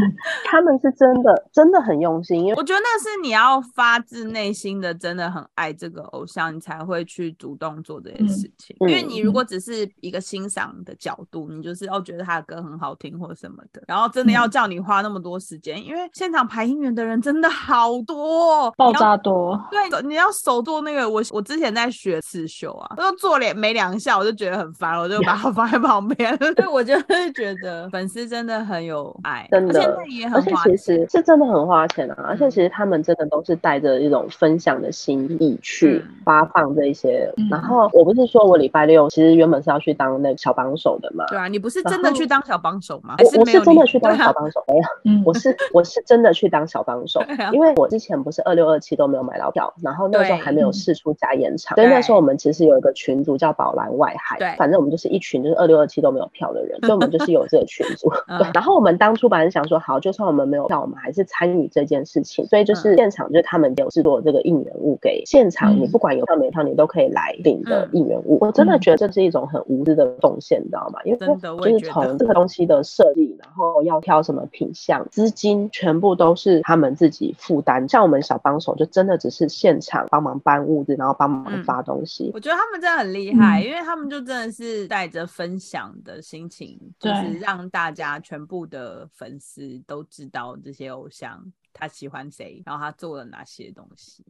Speaker 2: 他们是真的真的很用心，因为
Speaker 1: 我觉得那是你要发自内心的，真的很爱这个偶像，你才会去主动做这件事情。因
Speaker 2: 嗯
Speaker 1: 为你如果只是一个欣赏的角度，你就是哦觉得他的歌很好听或什么的，然后真
Speaker 2: 嗯
Speaker 1: 的要叫你花那么多时间，因为现场排音员的人真的好多、哦，
Speaker 3: 爆
Speaker 1: 你要
Speaker 3: 炸多，
Speaker 1: 对，你要手做那个，我我之前在学刺绣啊，我就做两没两下，我就觉得很烦，我就把它 [laughs] 放在旁边。对，我就是觉得粉丝真的很有爱，
Speaker 2: 真的
Speaker 1: 而且那也
Speaker 2: 而
Speaker 1: 很
Speaker 2: 且
Speaker 1: 花
Speaker 2: 其
Speaker 1: 钱
Speaker 2: 实是真的很花钱啊，而且
Speaker 1: 嗯
Speaker 2: 其实他们真的都是带着一种分享的心意去
Speaker 1: 嗯
Speaker 2: 发放这一些。
Speaker 3: 嗯
Speaker 2: 然后我不是说我礼拜六其实原本是要去当那个小帮手的嘛，
Speaker 1: 对啊，你不是
Speaker 2: 然
Speaker 1: 真的
Speaker 2: 后
Speaker 1: 去当小帮手吗？还
Speaker 2: 我我
Speaker 1: 没有
Speaker 2: 是真
Speaker 1: 你
Speaker 2: 的去当
Speaker 1: 对啊 [laughs]
Speaker 2: 小帮手，没有，
Speaker 3: 嗯，
Speaker 2: 我是我是真的去当小帮手
Speaker 1: 对啊，
Speaker 2: 因为我之前不是二六二七都没有买到票，然后那时候
Speaker 1: 对
Speaker 2: 还没有
Speaker 3: 嗯
Speaker 2: 试出加演场，所以那时候我们其实有一个群组叫宝蓝外海
Speaker 1: 对，
Speaker 2: 反正我们就是一群就是二六二七都没有票的
Speaker 1: [laughs]
Speaker 2: 人，所以我们就是有这个群组。
Speaker 1: 嗯
Speaker 2: 对，然后我们当初本来是想说，好，就算我们没有票，我们还是参与这件事情，所以就是
Speaker 1: 嗯
Speaker 2: 现场就是他们有制作这个应援物给现场，
Speaker 3: 嗯
Speaker 2: 你不管有票没票，你都可以来领的
Speaker 1: 嗯
Speaker 2: 应援物。我真的
Speaker 3: 嗯
Speaker 2: 觉得这是一种很无私的奉献，你知道吗？因为
Speaker 1: 真的我
Speaker 2: 就
Speaker 1: 也
Speaker 2: 是
Speaker 1: 觉
Speaker 2: 从
Speaker 1: 得
Speaker 2: 这个东西的设计，然后要挑什么品相、资金，全部都是他们自己负担。像我们小帮手，就真的只是现场帮忙搬物资，然后帮忙
Speaker 1: 嗯
Speaker 2: 发东西。
Speaker 1: 我觉得他们真的很厉害，
Speaker 3: 嗯
Speaker 1: 因为他们就真的是带着分享的心情，就是
Speaker 3: 对
Speaker 1: 让大家全部的粉丝都知道这些偶像他喜欢谁，然后他做了哪些东西。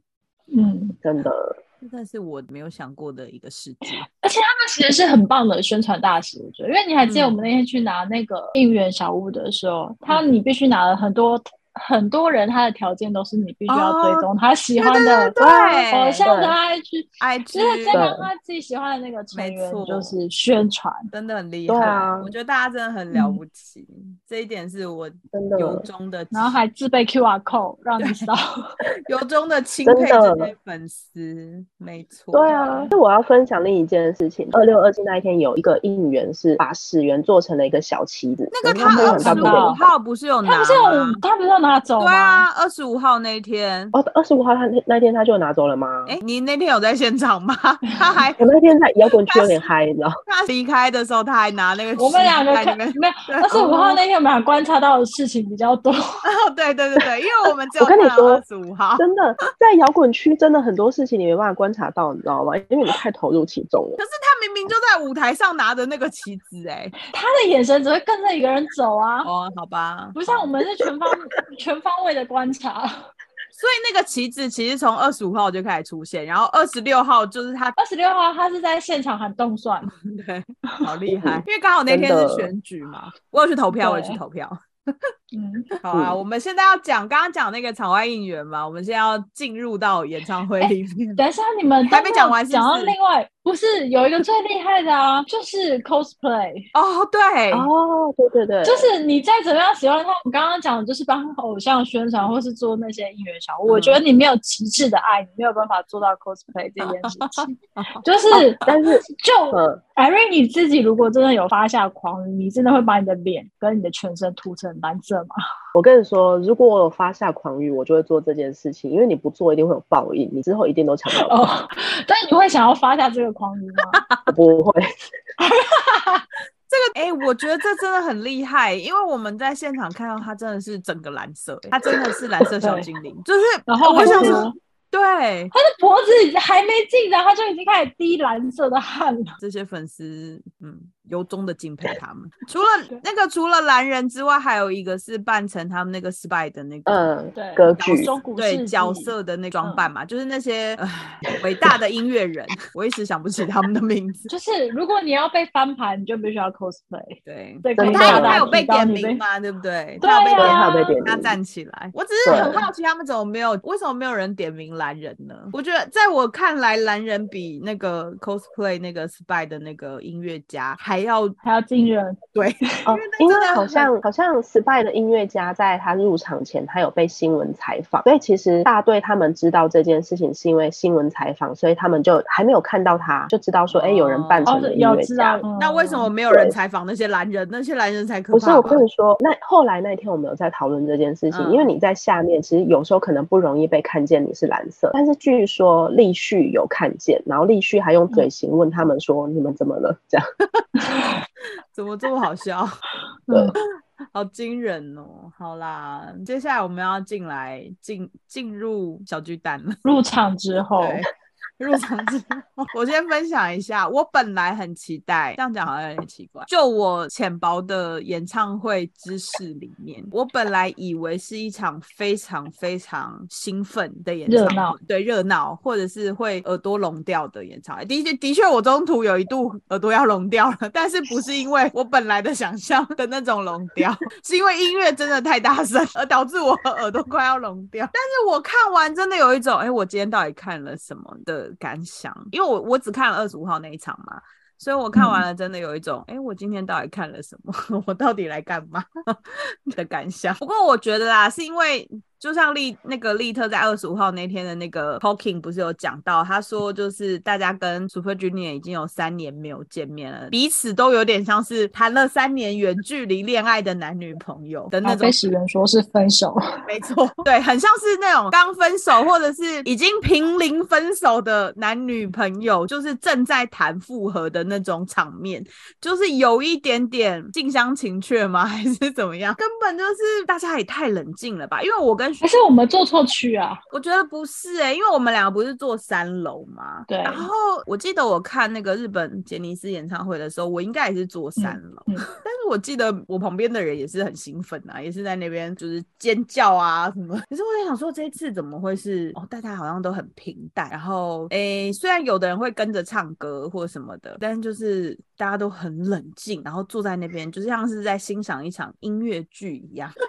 Speaker 3: 嗯。
Speaker 2: 真的，
Speaker 1: 这真的是我没有想过的一个世界。
Speaker 3: 而且他们其实是很棒的宣传大使，我觉得，因为你还记
Speaker 1: 嗯
Speaker 3: 得我们那天去拿那个应援小物的时候，他你必须拿了很多很多人，他的条件都是你必须要追踪他喜欢的
Speaker 1: 哦对对对
Speaker 3: 偶像的
Speaker 2: 对
Speaker 3: IG，
Speaker 1: IG
Speaker 3: 就是再
Speaker 2: 对
Speaker 3: 让他自己喜欢的那个成员
Speaker 1: 啊没错
Speaker 3: 就是宣传，
Speaker 1: 真的很厉害，
Speaker 2: 对啊
Speaker 1: 我觉得大家真的很了不起，这一点是我
Speaker 2: 真的
Speaker 1: 由衷的，
Speaker 3: 然后还自备 QR code 让你扫，
Speaker 1: 由衷的钦
Speaker 2: 真
Speaker 1: 佩
Speaker 2: 的
Speaker 1: 这些粉丝，没错，
Speaker 2: 对啊，那我要分享另一件事情。二六二七那一天有一个应援是把始源做成了一个小旗子，
Speaker 1: 那个
Speaker 2: 然后
Speaker 1: 他
Speaker 2: 非
Speaker 1: 二十
Speaker 2: 常大部
Speaker 1: 五
Speaker 2: 分
Speaker 3: 到
Speaker 1: 号不是有拿
Speaker 3: 他不是
Speaker 1: 吗？
Speaker 3: 有他不是有拿走
Speaker 1: 对
Speaker 3: 吗？
Speaker 1: 啊，二十五号那一天，
Speaker 2: 哦，二十五号他那那天他就拿走了吗？
Speaker 1: 哎、你那天有在现场吗？ [laughs] 他还
Speaker 2: 我那天在摇滚区有点嗨，你知道吗？
Speaker 1: 他离开的时候，他还拿那个
Speaker 3: 我们两个
Speaker 1: [laughs] 在
Speaker 3: 看
Speaker 1: 里面，
Speaker 3: 没有二十五号那天，我们俩观察到的事情比较多。
Speaker 1: 哦，对对对对，因为我们只有
Speaker 2: 我跟你说
Speaker 1: 二十五号。
Speaker 2: 真的，在摇滚区真的很多事情你没办法观察到，你知道吗？因为你太投入其中了。
Speaker 1: 可是他明明就在舞台上拿着那个旗子、哎，
Speaker 3: 他的眼神只会跟着一个人走啊，
Speaker 1: 哦，好吧，
Speaker 3: 不像我们是全方
Speaker 1: [laughs]
Speaker 3: 全方位的观察。
Speaker 1: 所以那个旗子其实从二十五号就开始出现，然后二十六号就是他，
Speaker 3: 二十六号他是在现场喊动算，
Speaker 1: 对， [laughs] 好厉
Speaker 2: [laughs]
Speaker 1: 害，因为刚好那天
Speaker 2: 真
Speaker 1: 是
Speaker 2: 的
Speaker 1: 选举嘛，我有去投票，我
Speaker 3: 对
Speaker 1: 也去投票。
Speaker 3: 嗯，
Speaker 1: 好啊，
Speaker 2: 嗯
Speaker 1: 我们现在要讲刚刚讲那个场外应援嘛，我们现在要进入到演唱会里面。
Speaker 2: [laughs]
Speaker 3: 等一下你们
Speaker 1: [laughs] 还没讲完是不是
Speaker 3: 讲到另外不是有一个最厉害的啊，就是
Speaker 1: [laughs]
Speaker 3: cosplay。
Speaker 1: 哦，对，
Speaker 2: 哦，对对对，
Speaker 3: 就是你再怎么样喜欢他，我们刚刚讲的就是帮偶像宣传，或是做那些应援小物。我觉得
Speaker 1: 嗯
Speaker 3: 你没有极致的爱，你没有办法做到 cosplay 这件事情。
Speaker 1: [laughs]
Speaker 3: 就是，
Speaker 2: 但是
Speaker 3: 就
Speaker 2: 嗯，
Speaker 3: 艾瑞你自己，如果真的有发下狂语，你真的会把你的脸跟你的全身涂成蓝色吗？
Speaker 2: 我跟你说，如果我有发下狂语，我就会做这件事情，因为你不做一定会有报应，你之后一定都抢不到。
Speaker 3: 哦，但你会想要发下这个狂语吗？ [laughs]
Speaker 2: 我不会，
Speaker 1: 哎、我觉得这真的很厉害，因为我们在现场看到他真的是整个蓝色，哎他真的是蓝色小
Speaker 3: 对
Speaker 1: 精灵，就是
Speaker 3: 然后
Speaker 1: 我
Speaker 3: 还
Speaker 1: 想
Speaker 3: 说
Speaker 1: 说，对
Speaker 3: 他的脖子还没进，然后他就已经开始滴蓝色的汗了。
Speaker 1: 这些粉丝，嗯，由衷的敬佩他们。除了那个除了蓝人之外，还有一个是扮成他们那个 spy 的那个。
Speaker 2: 嗯，
Speaker 3: 对
Speaker 2: 歌
Speaker 3: 然
Speaker 2: 剧
Speaker 3: 后中古世
Speaker 1: 对
Speaker 3: 纪
Speaker 1: 角色的
Speaker 3: 嗯
Speaker 1: 那装扮嘛，就是那些唉伟大的音乐人，我一时想不起他们的名字。
Speaker 3: 就是如果你要被翻盘，你就必须要 cosplay。
Speaker 1: 对，
Speaker 3: 对，
Speaker 2: 真
Speaker 3: 可
Speaker 2: 的
Speaker 3: 以
Speaker 1: 他
Speaker 3: 大
Speaker 1: 有
Speaker 3: 家
Speaker 1: 他有
Speaker 3: 提
Speaker 1: 被
Speaker 3: 到
Speaker 1: 点
Speaker 3: 你被
Speaker 1: 名嘛，对不对？
Speaker 3: 对
Speaker 1: 他有被
Speaker 3: 啊
Speaker 2: 对，
Speaker 1: 点名
Speaker 2: 还有被点
Speaker 1: 他
Speaker 2: 名。
Speaker 1: 站起来。我只是很
Speaker 2: 对
Speaker 1: 好奇他们怎么没有，为什么没有人点名蓝人呢？我觉得在我看来，蓝人比那个 cosplay 那个 spy 的那个音乐家还要
Speaker 3: 还要进人，
Speaker 1: 对，
Speaker 2: 哦，
Speaker 1: 因
Speaker 2: 因
Speaker 1: 为那真
Speaker 2: 为
Speaker 1: 的
Speaker 2: 好
Speaker 1: 很
Speaker 2: 像好像 Spy 的音乐家在他入场前，他有被新闻采访，所以其实大队他们知道这件事情是因为新闻采访，所以他们就还没有看到他，就知道说，哎、有人扮
Speaker 3: 哦
Speaker 2: 成，了音
Speaker 3: 有
Speaker 2: 乐
Speaker 3: 知
Speaker 2: 家。
Speaker 3: 道。嗯
Speaker 1: 那为什么没有人采访那些蓝人？那些蓝人才可
Speaker 2: 不是，
Speaker 1: 怕
Speaker 2: 我
Speaker 1: 吧。
Speaker 2: 跟你说，那后来那天我们有在讨论这件事情，
Speaker 1: 嗯
Speaker 2: 因为你在下面，其实有时候可能不容易被看见你是蓝色，但是据说立旭有看见，然后立旭还
Speaker 1: 嗯
Speaker 2: 用嘴型问他们说：“你们怎么了？”这样，
Speaker 1: 怎么这么好笑？
Speaker 2: [laughs] 对，
Speaker 1: [laughs] 好惊人哦！好啦，接下来我们要进来进进入小巨蛋了。
Speaker 3: 入场之后，
Speaker 1: 对，入场之后， [laughs] 我先分享一下，我本来很期待，这样讲好像有点奇怪。就我浅薄的演唱会知识里面，我本来以为是一场非常非常兴奋的演
Speaker 3: 热
Speaker 1: 唱
Speaker 3: 闹
Speaker 1: 会，对热闹，或者是会耳朵聋掉的演唱会。的确，的确，我中途有一度耳朵要聋掉了，但是不是因为我本来的想象的那种聋掉， [laughs] 是因为音乐真的太大声，而导致我耳朵快要聋掉。但是我看完真的有一种，哎、我今天到底看了什么的感想？因为我我只看了二十五号那一场嘛，所以我看完了真的有一种，哎、我今天到底看了什么？ [laughs] 我到底来干嘛的感想。不过我觉得啦，是因为就像利那个利特在二十五号那天的那个 talking 不是有讲到，他说就是大家跟 Super Junior 已经有三年没有见面了，彼此都有点像是谈了三年远距离恋爱的男女朋友的
Speaker 3: 然
Speaker 1: 那
Speaker 3: 后
Speaker 1: 种
Speaker 3: 被史源说是分手，
Speaker 1: 没错， [laughs] 对，很像是那种刚分手或者是已经濒临分手的男女朋友，就是正在谈复合的那种场面，就是有一点点近乡情怯吗？ [laughs] 还是怎么样？根本就是大家也太冷静了吧？因为我跟
Speaker 3: 还是我们做错区啊？
Speaker 1: 我觉得不是哎、因为我们两个不是坐三楼吗？
Speaker 3: 对
Speaker 1: 然后我记得我看那个日本杰尼斯演唱会的时候，我应该也是坐三楼，
Speaker 3: 嗯嗯
Speaker 1: [laughs] 但是我记得我旁边的人也是很兴奋啊，也是在那边就是尖叫啊什么。可是我在想说，这一次怎么会是哦？大家好像都很平淡，然后诶，虽然有的人会跟着唱歌或什么的，但是就是大家都很冷静，然后坐在那边，就像是在欣赏一场音乐剧一样。 [laughs]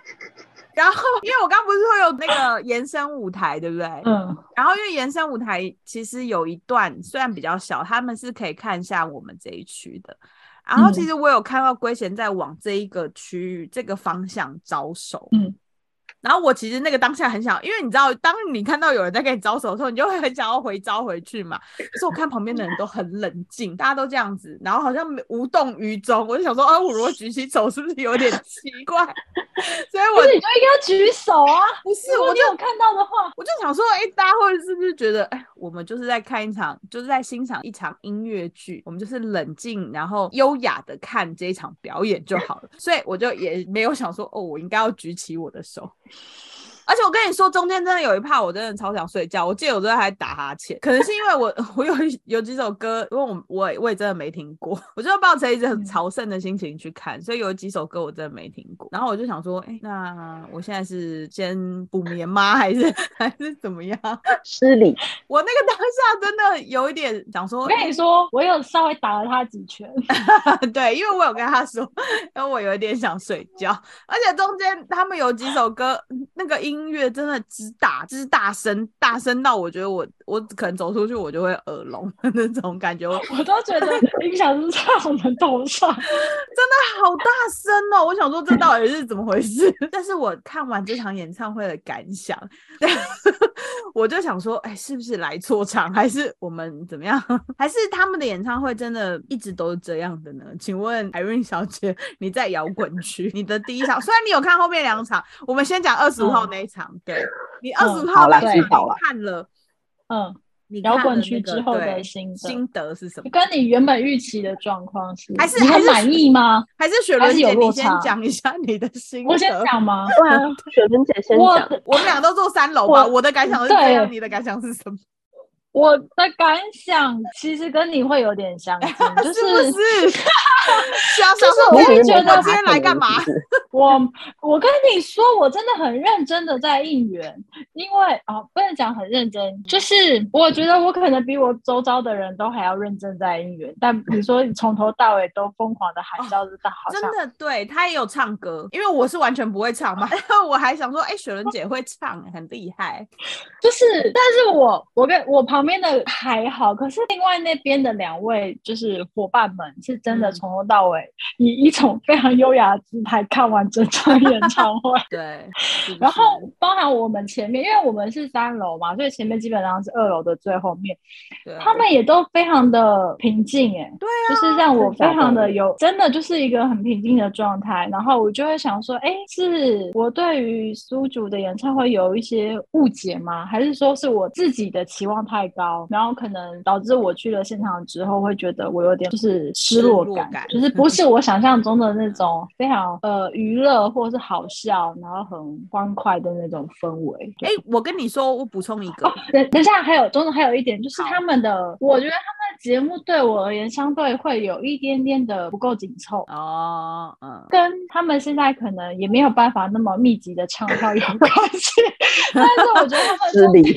Speaker 1: 然后，因为我刚不是说有那个延伸舞台，对不对？
Speaker 3: 嗯，
Speaker 1: 然后因为延伸舞台其实有一段虽然比较小，他们是可以看一下我们这一区的。然后其
Speaker 3: 嗯
Speaker 1: 实我有看到龟贤在往这一个区域这个方向招手，
Speaker 3: 嗯。
Speaker 1: 然后我其实那个当下很想，因为你知道，当你看到有人在跟你招手的时候，你就会很想要回招回去嘛。可是我看旁边的人都很冷静，大家都这样子，然后好像没无动于衷。我就想说，啊，我如果举起手是不是有点奇怪？ [laughs] 所以
Speaker 3: 不
Speaker 1: 我
Speaker 3: 是你就应该举手啊！
Speaker 1: 不是
Speaker 3: 如
Speaker 1: 我
Speaker 3: 果你
Speaker 1: 就
Speaker 3: 有看到的话，
Speaker 1: 我就想说，哎、大家会是不是觉得，哎、我们就是在看一场，就是在欣赏一场音乐剧，我们就是冷静，然后优雅的看这一场表演就好了。所以我就也没有想说，哦，我应该要举起我的手。而且我跟你说，中间真的有一趴，我真的超想睡觉。我记得我真的还打哈欠，可能是因为我 [laughs] 我有一有几首歌，因为我我也我也真的没听过，我就抱着一直很
Speaker 3: 嗯
Speaker 1: 朝圣的心情去看，所以有几首歌我真的没听过。然后我就想说，哎、那我现在是先补眠吗？还是还是怎么样？ [laughs]
Speaker 2: 失礼。
Speaker 1: 我那个当下真的有一点想说
Speaker 3: 我，跟你说，我有稍微打了他几拳，
Speaker 1: [laughs] 对，因为我有跟他说，因为我有一点想睡觉，而且中间他们有几首歌，那个音乐真的之大之大声，大声到我觉得我我可能走出去我就会耳聋的那种感觉，我
Speaker 3: 我都觉得影响是在我们
Speaker 1: [laughs]
Speaker 3: 头上。
Speaker 1: 好大声哦！我想说这到底是怎么回事？ [laughs] 但是我看完这场演唱会的感想， [laughs] 我就想说，哎，是不是来错场，还是我们怎么样？ [laughs] 还是他们的演唱会真的一直都是这样的呢？请问 Irene 小姐，你在摇滚区，你的第一场，虽然你有看后面两场，我们先讲二十五号那一场，对你二十五
Speaker 3: 嗯
Speaker 1: 号
Speaker 2: 好
Speaker 1: 那
Speaker 2: 啦
Speaker 1: 一场
Speaker 3: 知
Speaker 2: 道啦
Speaker 1: 你看了，
Speaker 3: 嗯，
Speaker 1: 你看
Speaker 3: 摇
Speaker 1: 了
Speaker 3: 滚
Speaker 1: 那
Speaker 3: 区
Speaker 1: 个
Speaker 3: 之后的
Speaker 1: 对
Speaker 3: 心得
Speaker 1: 心得是什么？
Speaker 3: 跟你原本预期的状况是，
Speaker 1: 还是
Speaker 3: 你
Speaker 1: 还
Speaker 3: 很
Speaker 1: 是
Speaker 3: 满意吗？
Speaker 1: 还是雪
Speaker 3: 还
Speaker 1: 伦
Speaker 3: 是有
Speaker 1: 姐，你
Speaker 3: 落
Speaker 1: 先
Speaker 3: 差
Speaker 1: 讲一下你的心得。
Speaker 3: 我先讲吗？
Speaker 2: 对啊，雪伦姐先
Speaker 3: 我
Speaker 2: 讲。
Speaker 1: 我们俩都坐三楼吧，
Speaker 3: 我
Speaker 1: 我的感想是这样，
Speaker 3: 对
Speaker 1: 你的感想是什么？
Speaker 3: 我的感想其实跟你会有点相
Speaker 1: [laughs]
Speaker 3: 近，就是 [laughs]
Speaker 1: 不是？是啊，
Speaker 3: 就是
Speaker 1: 是
Speaker 3: 我会
Speaker 1: 会
Speaker 3: 觉得
Speaker 1: 我今天来干嘛？
Speaker 3: 我我跟你说，我真的很认真的在应援，因为啊、哦不能讲很认真，就是我觉得我可能比我周遭的人都还要认真在应援。但你说你从头到尾都疯狂的喊叫，知道好
Speaker 1: 哦真
Speaker 3: 像
Speaker 1: 的，对他也有唱歌，因为我是完全不会唱嘛，然 [laughs] 后我还想说，哎、雪伦姐会唱，很厉害。
Speaker 3: 就是，但是我我跟我旁边的还好，可是另外那边的两位就是伙伴们，是真的
Speaker 1: 嗯
Speaker 3: 从头到尾、以一种非常优雅的姿态看完整场演唱会。
Speaker 1: 对，是不
Speaker 3: 然
Speaker 1: 是
Speaker 3: 后包含我们前面，因为我们是三楼嘛，所以前面基本上是二楼的最后面，
Speaker 1: 对啊
Speaker 3: 他们也都非常的平静、欸，
Speaker 1: 对
Speaker 3: 啊，就是让我非
Speaker 2: 真的
Speaker 3: 常的有，真的就是一个很平静的状态。然后我就会想说，哎、是我对于苏主的演唱会有一些误解吗？还是说是我自己的期望太高，然后可能导致我去了现场之后会觉得我有点就是失落
Speaker 1: 失落
Speaker 3: 感，
Speaker 1: 感
Speaker 3: 就是不是我想象中的那种非常呃娱乐或是好笑，然后很欢快的那种氛围。对
Speaker 1: 哎、我跟你说，我补充一个，
Speaker 3: 哦，等等一下，还有中中还有一点就是
Speaker 1: 好
Speaker 3: 他们的，我觉得他们的节目对我而言相对会有一点点的不够紧凑。
Speaker 1: 哦，嗯，
Speaker 3: 跟他们现在可能也没有办法那么密集的唱跳有关系， [laughs] 但是我觉得他们
Speaker 2: 失
Speaker 3: 中
Speaker 2: 礼
Speaker 3: 间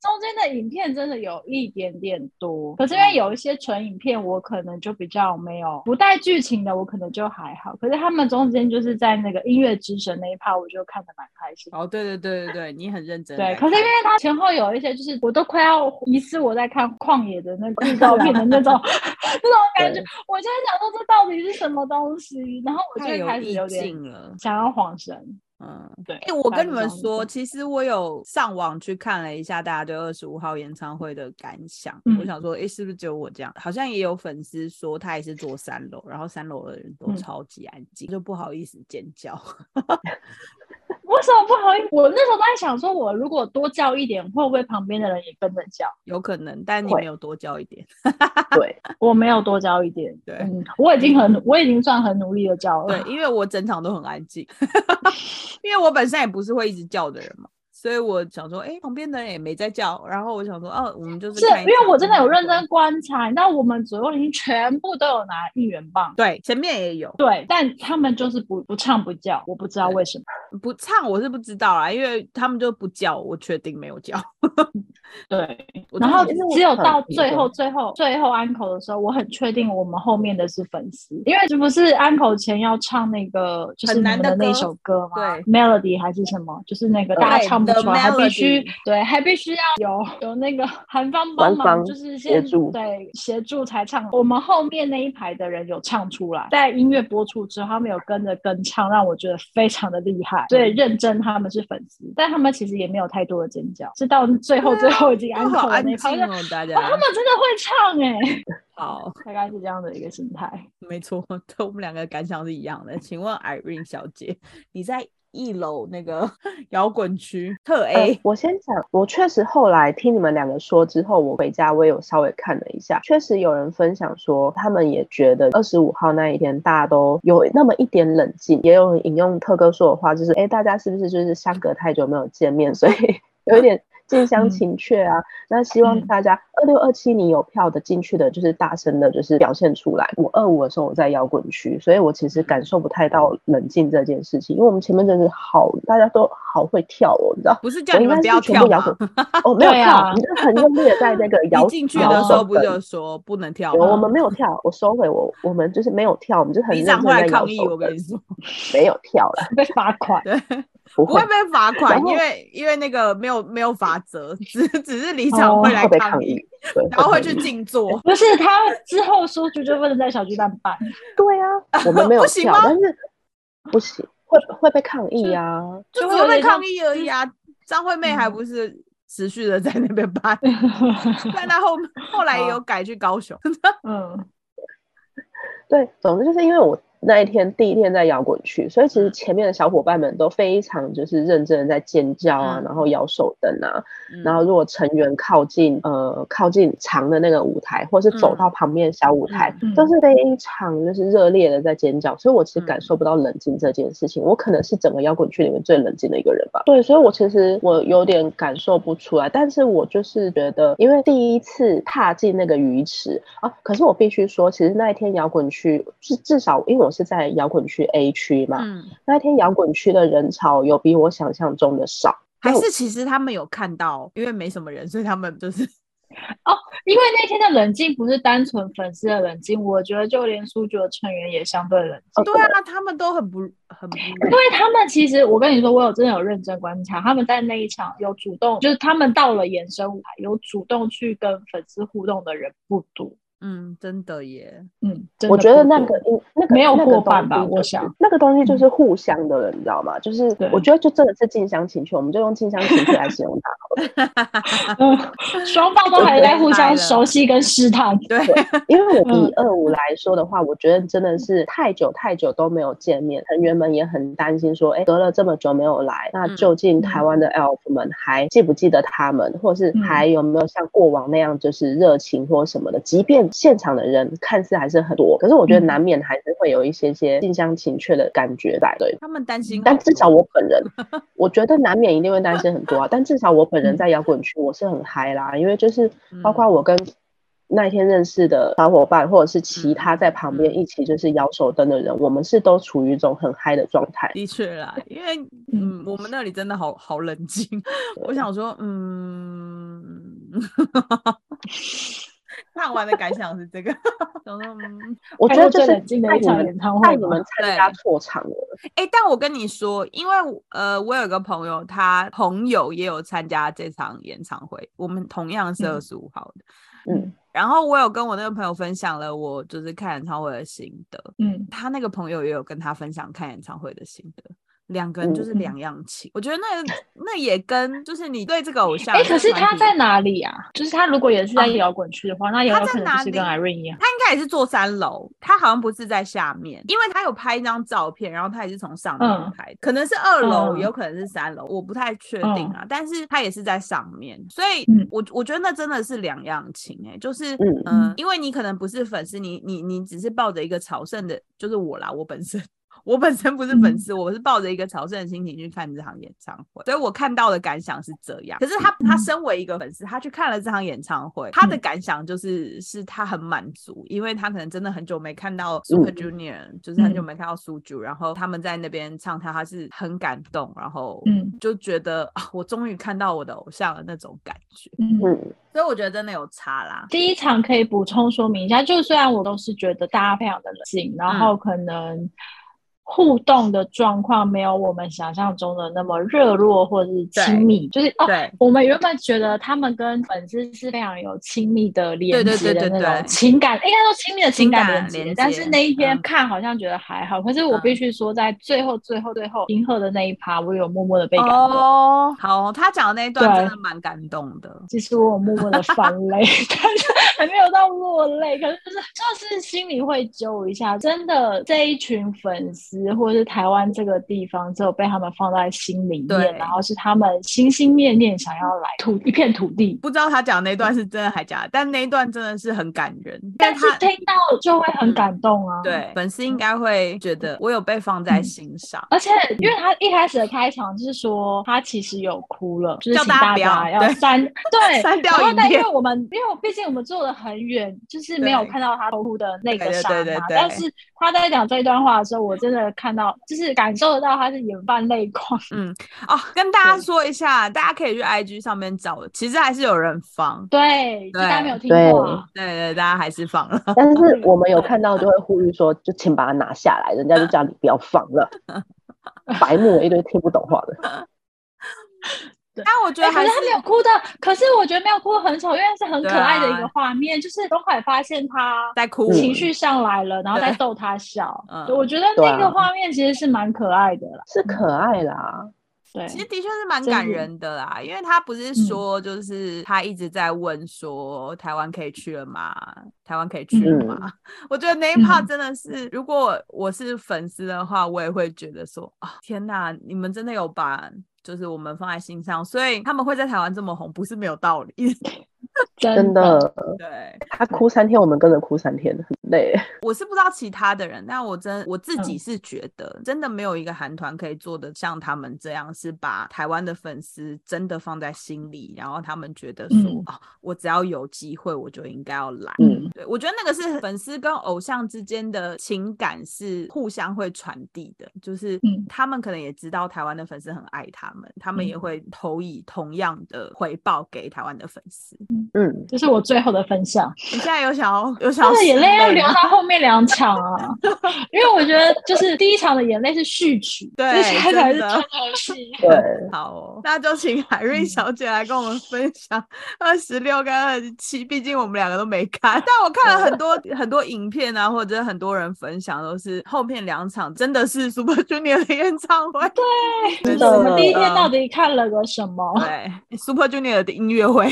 Speaker 3: 中间的影片真的有一点点多，可是因为有一些纯影片，我可能就比较没有不带剧情的，我可能就还好。可是他们中间就是在那个音乐之神那一趴，我就看得蛮开心的。
Speaker 1: 哦，对对对对对，你很认真
Speaker 3: 对
Speaker 1: 来，
Speaker 3: 可
Speaker 1: 看。
Speaker 3: 是因为它前后有一些，就是我都快要疑似我在看旷野
Speaker 1: [laughs]
Speaker 3: 的那个预告片的那种 [laughs] 那种感觉
Speaker 2: 对。
Speaker 3: 我就在想说，这到底是什么东西？然后我就
Speaker 1: 太
Speaker 3: 会
Speaker 1: 有
Speaker 3: 开始
Speaker 1: 意
Speaker 3: 有点
Speaker 1: 境了，
Speaker 3: 想要晃神。
Speaker 1: 嗯。
Speaker 3: 对，
Speaker 1: 哎、我
Speaker 3: 大
Speaker 1: 跟
Speaker 3: 概
Speaker 1: 你
Speaker 3: 是
Speaker 1: 们
Speaker 3: 这样子
Speaker 1: 说，，其实我有上网去看了一下大家对二十五号演唱会的感想。我
Speaker 3: 嗯
Speaker 1: 想说，哎、是不是只有我这样？好像也有粉丝说他也是坐三楼，然后三楼的人都
Speaker 3: 嗯
Speaker 1: 超级安静，就不好意思尖叫。 [laughs]
Speaker 3: 为什么不好意思？我那时候都在想说，我如果多叫一点，会不会旁边的人也跟着叫？
Speaker 1: 有可能，但你
Speaker 2: 会
Speaker 1: 没有多叫一点。
Speaker 2: 对，
Speaker 3: 我没有多叫一点，
Speaker 1: 对
Speaker 3: 嗯，我已经很，我已经算很努力的叫了。
Speaker 1: 对，因为我整场都很安静， [laughs] 因为我本身也不是会一直叫的人嘛，所以我想说，哎、旁边的人也没在叫，然后我想说，哦，我们就是
Speaker 3: 是
Speaker 1: 看一
Speaker 3: 因为
Speaker 1: 场
Speaker 3: 我真的有认
Speaker 1: [laughs] 观
Speaker 3: 真观察，那我们左右邻全部都有拿应援棒，
Speaker 1: 对，前面也有
Speaker 3: 对，但他们就是不不唱不叫，我不知道
Speaker 1: 对
Speaker 3: 为什么。
Speaker 1: 不唱，我是不知道啦，因为他们就不叫，我确定没有叫。
Speaker 3: 对，
Speaker 1: 我
Speaker 3: 然
Speaker 1: 真的
Speaker 3: 后
Speaker 1: 觉
Speaker 2: 因为
Speaker 3: 只
Speaker 2: 我
Speaker 3: 有
Speaker 2: 很
Speaker 3: 到
Speaker 2: 奇
Speaker 3: 最
Speaker 2: 怪
Speaker 3: 后、最后、最后安 n 的时候，我很确定我们后面的是粉丝，因为这不是安 n 前要唱那个就是
Speaker 1: 很
Speaker 3: 你
Speaker 1: 难
Speaker 3: 们
Speaker 1: 的
Speaker 3: 的那一
Speaker 1: 歌
Speaker 3: 首歌吗
Speaker 1: 对
Speaker 3: ？Melody 还是什么？就是那个大家
Speaker 1: 对
Speaker 3: 唱不
Speaker 1: The
Speaker 3: 出来，还必须
Speaker 1: Melody
Speaker 3: 对，还必须要有有那个韩方
Speaker 2: 官
Speaker 3: 帮忙，
Speaker 2: 方
Speaker 3: 就是
Speaker 2: 协
Speaker 3: 先
Speaker 2: 助
Speaker 3: 对协助才唱。我们后面那一排的人有唱出来，在音乐播出之后，他们有跟着跟唱，让我觉得非常的厉害。所以认真他们是粉丝，但他们其实也没有太多的尖叫，是到最后
Speaker 1: 对啊
Speaker 3: 最后已经安
Speaker 1: 都好
Speaker 3: 口的
Speaker 1: 安
Speaker 3: 那一
Speaker 1: 静
Speaker 3: 排，我就
Speaker 1: 哦，大家
Speaker 3: 哇，他们真的会唱哎、
Speaker 1: 好，
Speaker 3: 大概是这样的一个心态。
Speaker 1: 没错， [laughs] 对我们两个感想是一样的。请问 Irene 小姐，你在一楼那个 [laughs] 摇滚区特 A，、
Speaker 2: 呃我先讲，我确实后来听你们两个说之后，我回家我也有稍微看了一下，确实有人分享说，他们也觉得二十五号那一天大家都有那么一点冷静，也有人引用特哥说的话，就是哎，诶大家是不是就是相隔太久没有见面，所以有一点。近乡情怯啊，那希望
Speaker 3: 嗯
Speaker 2: 大家二六二七你有票的进去的，就是大声的，就是表现出来。我二五的时候我在摇滚区，所以我其实感受不太到冷静这件事情，因为我们前面真的是好，大家都好会跳哦，你知道，
Speaker 1: 不是
Speaker 2: 我
Speaker 1: 叫你
Speaker 2: 应
Speaker 1: 们
Speaker 2: 该
Speaker 1: 不
Speaker 2: 是
Speaker 1: 要
Speaker 2: 全
Speaker 1: 跳
Speaker 2: 部摇
Speaker 1: 吗
Speaker 2: 滚？ [laughs] 哦，没有
Speaker 3: 对啊
Speaker 2: 跳，你就很用力的在那
Speaker 1: [laughs]
Speaker 2: 个摇
Speaker 1: 你进去的时候不就说不能跳
Speaker 2: 有
Speaker 1: 吗？
Speaker 2: 我们没有跳，我收回我我们就是没有跳，我们就很
Speaker 1: 里
Speaker 2: 认
Speaker 1: 长
Speaker 2: 真
Speaker 1: 会来
Speaker 2: 在摇
Speaker 1: 抗议，我
Speaker 2: 手
Speaker 1: 跟
Speaker 2: 梗
Speaker 1: 你，说， [laughs]
Speaker 2: 没有跳了，
Speaker 3: 被罚款，
Speaker 1: 对，
Speaker 2: 不
Speaker 1: 不会
Speaker 2: 会。
Speaker 1: 被罚款，
Speaker 2: 然后
Speaker 1: 因为因为那个没有没有法则，只 [laughs] 只是里长
Speaker 3: 哦
Speaker 1: 会来
Speaker 2: 会被
Speaker 1: 抗
Speaker 2: 抗
Speaker 1: 议，
Speaker 2: 议，对，
Speaker 1: 然后会去
Speaker 2: 抗议
Speaker 1: 静坐。
Speaker 3: 不是他之后说就就不能在小巨蛋办，
Speaker 2: 对啊，
Speaker 1: [laughs]
Speaker 2: 我们没有
Speaker 1: 不行
Speaker 2: 跳
Speaker 1: 吗，
Speaker 2: 但是不行，会会被抗议啊。
Speaker 1: 就
Speaker 3: 就
Speaker 1: 只
Speaker 3: 会
Speaker 1: 会
Speaker 3: 有
Speaker 1: 被
Speaker 3: 点像
Speaker 1: 抗议而已啊。张惠妹还
Speaker 3: 嗯
Speaker 1: 不是持续的在那边搬，但她后后来也有改去高雄。
Speaker 3: 嗯，
Speaker 2: 对，总之就是因为我那一天第一天在摇滚区，所以其实前面的小伙伴们都非常就是认真的在尖叫啊，
Speaker 1: 嗯
Speaker 2: 然后摇手灯啊，
Speaker 1: 嗯
Speaker 2: 然后如果成员靠近呃靠近长的那个舞台，或是走
Speaker 1: 嗯
Speaker 2: 到旁边的小舞台，
Speaker 3: 嗯
Speaker 2: 都是非常就是热烈的在尖叫，所以我其实
Speaker 1: 嗯
Speaker 2: 感受不到冷静这件事情。我可能是整个摇滚区里面最冷静的一个人
Speaker 1: 嗯
Speaker 2: 吧。对，所以我其实我有点感受不出来，但是我就是觉得，因为第一次踏进那个鱼池啊，可是我必须说，其实那一天摇滚区至至少因为我是在摇滚区 A 区嘛，
Speaker 1: 嗯，
Speaker 2: 那一天摇滚区的人潮有比我想象中的少。
Speaker 1: 还
Speaker 2: 那我
Speaker 1: 是其实他们有看到，因为没什么人，所以他们就是
Speaker 3: 因为那天的冷静不是单纯粉丝的冷静，我觉得就连苏九的成员也相对冷
Speaker 2: 哦
Speaker 3: 静。
Speaker 1: [laughs] 对啊，他们都很不很不
Speaker 3: 因为他们其实，我跟你说，我有真的有认真观察，他们在那一场有主动，就是他们到了延伸舞台，有主动去跟粉丝互动的人不多。
Speaker 1: 嗯，真的耶，
Speaker 3: 嗯，真的
Speaker 2: 我觉得
Speaker 3: 不
Speaker 2: 那
Speaker 3: 多
Speaker 2: 个应那个
Speaker 3: 没有
Speaker 2: 那个
Speaker 3: 过半
Speaker 2: 东
Speaker 3: 吧
Speaker 2: 西就是
Speaker 3: 我想嗯
Speaker 2: 那个东西就是互相的了，你知道吗？就是
Speaker 3: 对
Speaker 2: 我觉得就真的是近乡情怯，我们就用近乡情怯来形容它。
Speaker 3: [laughs] 嗯，双方都还在互相熟悉跟试探。
Speaker 1: 对，
Speaker 2: 因为我
Speaker 3: 嗯
Speaker 2: 以二五来说的话，我觉得真的是太久太久都没有见面，成员们也很担心说，哎，隔了这么久没有来，那
Speaker 1: 嗯
Speaker 2: 究竟台湾的 ELF 们还记不记得他们，或是
Speaker 3: 嗯
Speaker 2: 还有没有像过往那样就是热情或什么的？即便现场的人看似还是很多，可是我觉得
Speaker 3: 嗯
Speaker 2: 难免还是会有一些些近乡情怯的感觉在。对，
Speaker 1: 他们担心好多，
Speaker 2: 嗯但至少我本人，我觉得难免一定会担心很多啊。但至少我本人在摇滚区，我是很嗨啦，因为就是包括我跟那一天认识的小伙伴，或者是其他在旁边一起就是摇手灯的人，我们是都处于一种很嗨的状态。
Speaker 1: 的确啦，因为嗯，我们那里真的好好冷静。我想说，嗯， [laughs] 看完的感想是这个。 [laughs] 想说嗯，
Speaker 2: [laughs] 我觉得就
Speaker 3: 看过
Speaker 2: 是
Speaker 3: 最冷静的一场
Speaker 2: 害你
Speaker 3: 演
Speaker 2: 们
Speaker 3: 唱
Speaker 2: 害
Speaker 3: 会
Speaker 2: 你
Speaker 3: 吗
Speaker 2: 们？参加
Speaker 1: 对
Speaker 2: 错场了，
Speaker 1: 哎、但我跟你说，因为我呃，我有个朋友，他朋友也有参加这场演唱会，我们同样是
Speaker 3: 嗯
Speaker 1: 二十五号的。
Speaker 2: 嗯，
Speaker 1: 然后我有跟我那个朋友分享了我就是看演唱会的心得，
Speaker 3: 嗯，
Speaker 1: 他那个朋友也有跟他分享看演唱会的心得，两个人就
Speaker 2: 嗯
Speaker 1: 是两样情。我觉得那个那也跟就是你对这个偶像，
Speaker 3: 哎、
Speaker 1: 这
Speaker 3: 可
Speaker 1: 个
Speaker 3: 是
Speaker 1: 团
Speaker 3: 他
Speaker 1: 体
Speaker 3: 在哪里啊？就是他如果也是在
Speaker 1: 啊
Speaker 3: 摇滚区的话，那有没有可能就是跟
Speaker 1: 他在哪
Speaker 3: Irene 一样？
Speaker 1: 他应该也是坐三楼，他好像不是在下面，因为他有拍一张照片，然后他也是从上面
Speaker 3: 嗯
Speaker 1: 拍，可能是二楼，
Speaker 3: 嗯
Speaker 1: 有可能是三楼，我不太确定啊。但是他也是在上面，所以
Speaker 3: 嗯
Speaker 1: 我我觉得那真的是两样情哎、就是
Speaker 2: 嗯
Speaker 1: 嗯、因为你可能不是粉丝，你你你只是抱着一个朝圣的，就是我啦，我本身。 [laughs] 我本身不是粉丝，我是抱着一个朝圣的心情去看这场演唱会，所以我看到的感想是这样。可是他他
Speaker 3: 嗯
Speaker 1: 身为一个粉丝，他去看了这场演唱会，他的感想就是是他很满足，因为他可能真的很久没看到 Super Junior，、就是很久
Speaker 3: 嗯
Speaker 1: 没看到苏九，然后他们在那边唱他，他是很感动，然后
Speaker 3: 嗯
Speaker 1: 就觉得、啊、我终于看到我的偶像的那种感觉，
Speaker 3: 嗯。
Speaker 2: 嗯，
Speaker 1: 所以我觉得真的有差啦。
Speaker 3: 第一场可以补充说明一下，就是虽然我都是觉得大家非常的冷静，然
Speaker 1: 嗯
Speaker 3: 后可能互动的状况没有我们想象中的那么热络或者是亲密，就是哦，
Speaker 1: 对，
Speaker 3: 我们原本觉得他们跟粉丝是非常有亲密的连接
Speaker 1: 对对
Speaker 3: 的
Speaker 1: 对对
Speaker 3: 那种
Speaker 1: 对
Speaker 3: 情感，应该说亲密的情感连接。
Speaker 1: 情感连接
Speaker 3: 但是那一天
Speaker 1: 嗯
Speaker 3: 看好像觉得还好，可是我
Speaker 1: 嗯
Speaker 3: 必须说，在最后、最后、最后银赫的那一趴，我有默默的被感动。
Speaker 1: 哦，好，他讲的那一段
Speaker 3: 对
Speaker 1: 真的蛮感动的。
Speaker 3: 其实我有默默的泛
Speaker 1: [laughs]
Speaker 3: 泪， [laughs] 但是还没有到落泪，可是就是就是心里会揪一下。真的，这一群粉丝或是台湾这个地方，只有被他们放在心里
Speaker 1: 对
Speaker 3: 面，然后是他们心心念念想要来土一片土地
Speaker 1: 不知道他讲的那段是真的还假的，但那一段真的是很感人。
Speaker 3: 但是
Speaker 1: 他
Speaker 3: 听到就会很感动啊。
Speaker 1: 对。粉丝应该会觉得我有被放在
Speaker 3: 嗯
Speaker 1: 心上，
Speaker 3: 而且，
Speaker 1: 嗯
Speaker 3: 因为他一开始的开场就是说他其实有哭了，就是
Speaker 1: 叫
Speaker 3: 请
Speaker 1: 大家
Speaker 3: 大
Speaker 1: 不
Speaker 3: 家
Speaker 1: 要
Speaker 3: 要
Speaker 1: 对 [laughs]
Speaker 3: 删对
Speaker 1: 删掉
Speaker 3: 然后
Speaker 1: 影
Speaker 3: 但因
Speaker 1: 片
Speaker 3: 为我们因为我毕竟我们坐的很远，就是没有
Speaker 1: 对
Speaker 3: 看到他哭的那
Speaker 1: 对
Speaker 3: 个
Speaker 1: 对
Speaker 3: 刹
Speaker 1: 对
Speaker 3: 那。
Speaker 1: 对对
Speaker 3: 但是他在讲这一段话的时候，我真的看到，就是感受得到他是眼泛泪光。
Speaker 1: 哦，跟大家
Speaker 3: 对
Speaker 1: 说一下，大家可以去 IG 上面找，其实还是有人放，
Speaker 3: 对，就
Speaker 1: 对
Speaker 3: 大家没有听过啊。
Speaker 1: 对对，大家还是放了。 [laughs]
Speaker 2: 但是我们有看到就会呼吁说，就请把它拿下来，人家就叫你不要放了，白目一堆听不懂话的。
Speaker 1: 但我觉
Speaker 3: 对，
Speaker 1: 得
Speaker 3: 哎可
Speaker 1: 还
Speaker 3: 是他没有哭的，可是我觉得没有哭很丑，因为是很
Speaker 1: 对
Speaker 3: 可爱的一
Speaker 1: 啊
Speaker 3: 个画面，就是东海发现他
Speaker 1: 在哭，
Speaker 2: 嗯
Speaker 3: 情绪上来了，然后再
Speaker 1: 对
Speaker 3: 逗他笑
Speaker 1: 嗯。
Speaker 3: 对我觉得
Speaker 2: 对
Speaker 3: 那个
Speaker 2: 啊
Speaker 3: 画面其实是蛮可爱的啦。
Speaker 2: 是可爱啦，
Speaker 3: 对，
Speaker 1: 其实的确是蛮
Speaker 3: 真
Speaker 1: 感
Speaker 3: 的嗯
Speaker 1: 人的啦，因为他不是说就是他一直在问说台湾可以去了吗？台湾可以去了
Speaker 2: 嗯
Speaker 1: 吗？ [laughs] 我觉得那一 part
Speaker 3: 嗯
Speaker 1: 真的是，如果我是粉丝的话，我也会觉得说啊，天哪，你们真的有把。就是我们放在心上，所以他们会在台湾这么红，不是没有道理。
Speaker 3: 真
Speaker 2: 真的，
Speaker 1: [laughs] 对，
Speaker 2: 他哭三天，我们跟着哭三天，很累。 [laughs]
Speaker 1: 我是不知道其他的人，但我真我自己
Speaker 3: 嗯
Speaker 1: 是觉得，真的没有一个韩团可以做的像他们这样，是把台湾的粉丝真的放在心里，然后他们觉得说，
Speaker 3: 嗯
Speaker 1: 哦，我只要有机会，我就应该要来。
Speaker 3: 嗯，
Speaker 1: 对，我觉得那个是粉丝跟偶像之间的情感是互相会传递的，就是
Speaker 3: 嗯
Speaker 1: 他们可能也知道台湾的粉丝很爱他们，他们也
Speaker 3: 嗯
Speaker 1: 会投以同样的回报给台湾的粉丝。
Speaker 2: 嗯，
Speaker 3: 这是我最后的分享。
Speaker 1: 你现在有想要有想
Speaker 3: 他
Speaker 1: 要
Speaker 3: 的眼泪要
Speaker 1: 拭
Speaker 3: 流
Speaker 1: 吗
Speaker 3: 到后面两场啊，
Speaker 1: [laughs]
Speaker 3: 因为我觉得就是第一场的眼泪是序曲，
Speaker 1: 对
Speaker 3: 接下来才
Speaker 1: 真
Speaker 3: 是
Speaker 1: 的
Speaker 3: 重头戏。
Speaker 2: 对，
Speaker 1: 好、哦，那就请海瑞
Speaker 3: 嗯
Speaker 1: 小姐来跟我们分享二十六跟二十七，毕竟我们两个都没看， [laughs] 但我看了很多很多影片啊，或者很多人分享都是后面两场真的是 Super Junior 的演唱会，
Speaker 3: 就
Speaker 2: 真
Speaker 3: 是我们
Speaker 2: 的
Speaker 3: 第一天到底看了个什么？
Speaker 2: 啊
Speaker 1: 对 Super Junior 的音乐会，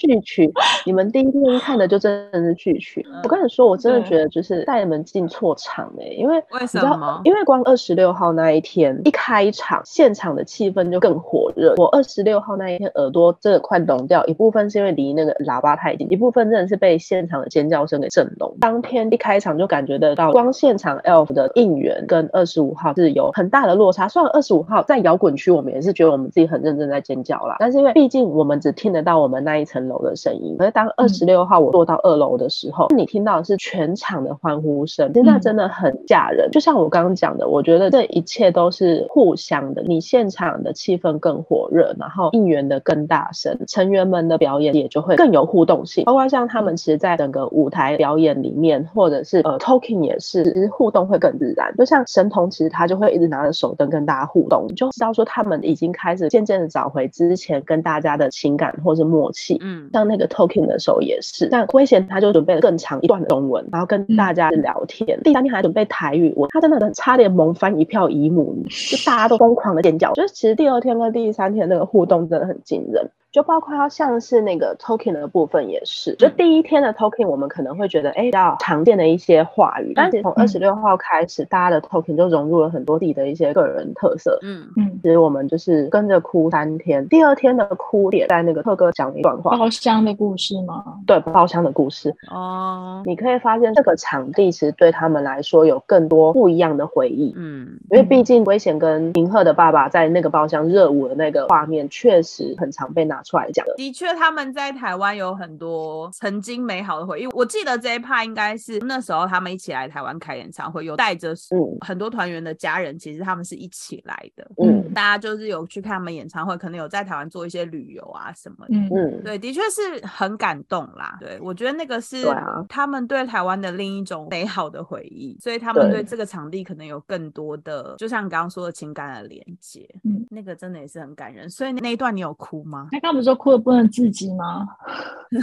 Speaker 2: 序曲，你们第一天看的就真的是序曲。我跟你说，我真的觉得就是带你们进错场哎、因为
Speaker 1: 为
Speaker 2: 你
Speaker 1: 什
Speaker 2: 知道
Speaker 1: 么？
Speaker 2: 因为光二十六号那一天一开场，现场的气氛就更火热。我二十六号那一天耳朵真的快聋掉，一部分是因为离那个喇叭太近，一部分真的是被现场的尖叫声给震聋。当天一开场就感觉得到，光现场 ELF 的应援跟二十五号是有很大的落差。虽然二十五号在摇滚区，我们也是觉得我们自己很认真在尖叫啦，但是因为毕竟我们只听得到我们那一层楼的声音，可是当二十六号我坐到二楼的时候，你听到的是全场的欢呼声，现在
Speaker 3: 嗯
Speaker 2: 真。真的很吓人。就像我刚刚讲的，我觉得这一切都是互相的。你现场的气氛更火热，然后应援的更大声，成员们的表演也就会更有互动性。包括像他们其实，在整个舞台表演里面，或者是呃 talking 也是，其实互动会更自然。就像神童，其实他就会一直拿着手灯跟大家互动，你就知道说他们已经开始渐渐的找回之前跟大家的情感或是默契。
Speaker 1: 嗯，
Speaker 2: 像那个 Token 的时候也是，但危险他就准备了更长一段的中文，然后跟大家聊天。第三天还准备台语，我他真的差点萌翻一票姨母，就大家都疯狂的尖叫。就是其实第二天跟第三天那个互动真的很惊人。就包括像是那个 token 的部分也是，就第一天的 token 我们可能会觉得哎比较常见的一些话语，但是从二十六号开始，大家的 token 就融入了很多自己的一些个人特色，
Speaker 1: 嗯，
Speaker 3: 嗯，
Speaker 2: 其实我们就是跟着哭三天，第二天的哭点在那个特哥讲了一段话，
Speaker 3: 包厢的故事吗？
Speaker 2: 对包厢的故事，
Speaker 1: 哦，
Speaker 2: 你可以发现这个场地其实对他们来说有更多不一样的回忆。
Speaker 1: 嗯，
Speaker 2: 因为毕竟危险跟银赫的爸爸在那个包厢热舞的那个画面，确实很常被拿出来讲的。
Speaker 1: 的确，他们在台湾有很多曾经美好的回忆。我记得这一趴应该是那时候他们一起来台湾开演唱会，有带着
Speaker 2: 嗯
Speaker 1: 很多团员的家人，其实他们是一起来的。
Speaker 2: 嗯
Speaker 1: 大家就是有去看他们演唱会，可能有在台湾做一些旅游啊什么的。
Speaker 3: 嗯
Speaker 2: 嗯，
Speaker 1: 对，的确是很感动啦。对，我觉得那个是
Speaker 2: 对啊
Speaker 1: 他们对台湾的另一种美好的回忆，所以他们对
Speaker 2: 对
Speaker 1: 这个场地可能有更多的，就像你刚刚说的情感的连接。
Speaker 3: 嗯，
Speaker 1: 那个真的也是很感人。所以那一段你有哭吗？
Speaker 3: 他刚不是说哭的不能自己吗？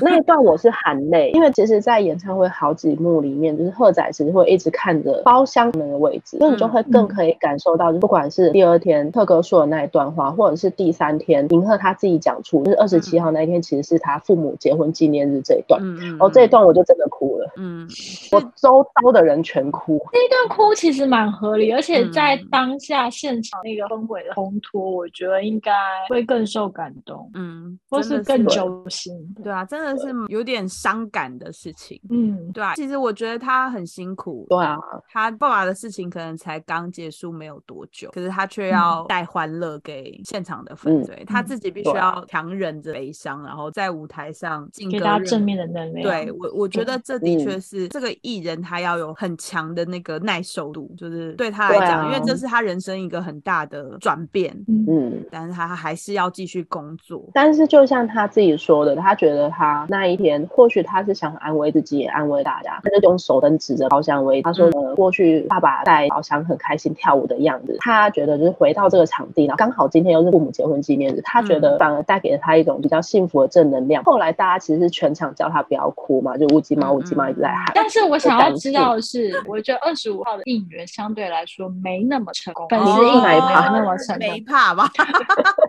Speaker 2: 那一段我是含泪，因为其实，在演唱会好几幕里面，就是赫仔其实会一直看着包厢门的位置，所以你就会更可以感受到，就不管是第二天特哥说的那一段话，或者是第三天银赫他自己讲出，就是二十七号那一天，其实是他父母结婚纪念日这一段。
Speaker 1: 嗯嗯，
Speaker 2: 哦，这一
Speaker 1: 嗯，
Speaker 2: 段我就真的哭了，
Speaker 1: 嗯，
Speaker 2: 我周遭的人全哭。
Speaker 3: 那段哭其实蛮合理，而且在
Speaker 1: 嗯
Speaker 3: 当下现场那个氛围的烘托，我觉得应该会更受感动，
Speaker 1: 嗯，
Speaker 3: 或
Speaker 1: 真的
Speaker 3: 是更
Speaker 1: 是
Speaker 3: 揪心。
Speaker 1: 对啊，真的是有点伤感的事情。
Speaker 3: 嗯，
Speaker 1: 对啊，其实我觉得他很辛苦，
Speaker 2: 对啊，
Speaker 1: 他爸爸的事情可能才刚结束没有多久，可是他却要带欢乐给现场的粉
Speaker 2: 嗯
Speaker 1: 对他
Speaker 3: 嗯
Speaker 1: 自己必须
Speaker 2: 对啊
Speaker 1: 要强忍着悲伤，然后在舞台上劲
Speaker 3: 给
Speaker 1: 歌
Speaker 3: 大家
Speaker 1: 热
Speaker 3: 正
Speaker 1: 舞
Speaker 3: 面的能量。
Speaker 1: 对我，我觉
Speaker 3: 对
Speaker 1: 得这的确
Speaker 2: 嗯
Speaker 1: 是这个艺人他要有很强的那个耐受度，就是对他来
Speaker 2: 对
Speaker 1: 讲，因为
Speaker 2: 啊
Speaker 1: 这是他人生一个很大的转变，
Speaker 3: 嗯，
Speaker 2: 嗯，
Speaker 1: 但是他还是要继续工作。
Speaker 2: 但是就像他自己说的，他觉得他那一天，或许他是想安慰自己，也安慰大家，他就用手灯指着包厢威，他说、呃，过去爸爸在包厢很开心跳舞的样子，他觉得就是回到这个场地，然后刚好今天又是父母结婚纪念日，他觉得反而带给了他一种比较幸福的正能量。后来大家其实是全场叫他不要哭嘛，就乌鸡猫乌鸡猫一直在喊。
Speaker 3: 但是我想要知道的是，我觉得二十五号的应援相对来说没那么成功，粉丝应
Speaker 2: 哪一
Speaker 3: 援
Speaker 2: 趴
Speaker 3: 没那么成
Speaker 1: 哦没
Speaker 3: 功，
Speaker 1: 怕
Speaker 3: [laughs]
Speaker 1: 吧？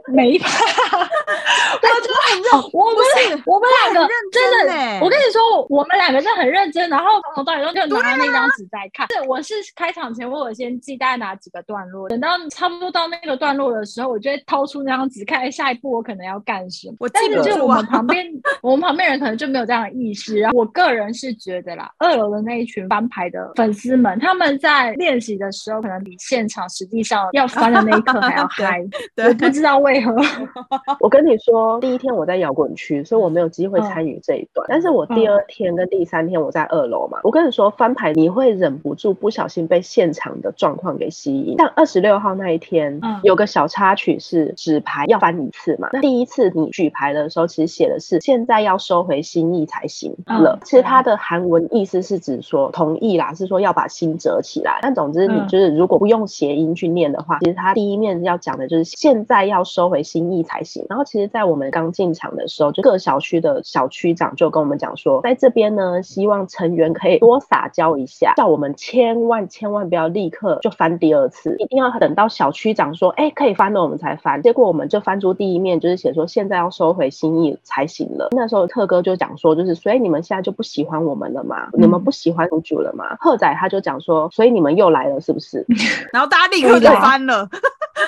Speaker 3: 没怕。我觉得很认，我们俩我们
Speaker 1: 很
Speaker 3: 两个
Speaker 1: 认
Speaker 3: 真的
Speaker 1: 欸
Speaker 3: 我跟你说，我们两个是很认真，然后从头到尾都就拿那
Speaker 1: 啊
Speaker 3: 张纸在看。对，我是开场前我有先记大概哪几个段落，等到差不多到那个段落的时候，我就会掏出那张纸，看下一步我可能要干什么。
Speaker 1: 我
Speaker 3: 但
Speaker 1: 记
Speaker 3: 是
Speaker 1: 不
Speaker 3: 就
Speaker 1: 住
Speaker 3: 我
Speaker 1: 啊
Speaker 3: 们旁边，我们旁边人可能就没有这样的意识。然后我个人是觉得啦，二楼的那一群翻牌的粉丝们，他们在练习的时候，可能比现场实际上要翻的那一刻还要
Speaker 1: 对
Speaker 3: 嗨。我
Speaker 1: [laughs] 对，
Speaker 3: 不知道为何。哦
Speaker 2: 我跟你说，第一天我在摇滚区，
Speaker 3: 嗯
Speaker 2: 所以我没有机会参与这一段。但是我第二天跟第三天我在二楼嘛，我跟你说翻牌，你会忍不住不小心被现场的状况给吸引。像二十六号那一天，
Speaker 3: 嗯
Speaker 2: 有个小插曲是纸牌要翻一次嘛，那第一次你举牌的时候，其实写的是现在要收回心意才行了。
Speaker 3: 嗯
Speaker 2: 其实它的韩文意思是指说同意啦，是说要把心折起来。但总之你
Speaker 3: 嗯
Speaker 2: 就是如果不用谐音去念的话，其实它第一面要讲的就是现在要收回心意才行。然后其实，在我们刚进场的时候，就各小区的小区长就跟我们讲说，在这边呢，希望成员可以多撒娇一下，叫我们千万千万不要立刻就翻第二次，一定要等到小区长说，哎、可以翻了我们才翻。结果我们就翻出第一面，就是写说现在要收回心意才行了。那时候特哥就讲说，就是所以你们现在就不喜欢我们了吗？你们不喜欢主主了吗？赫仔他就讲说，所以你们又来了是不是？ [laughs]
Speaker 1: 然后大家立刻就
Speaker 2: 对啊
Speaker 1: 翻了，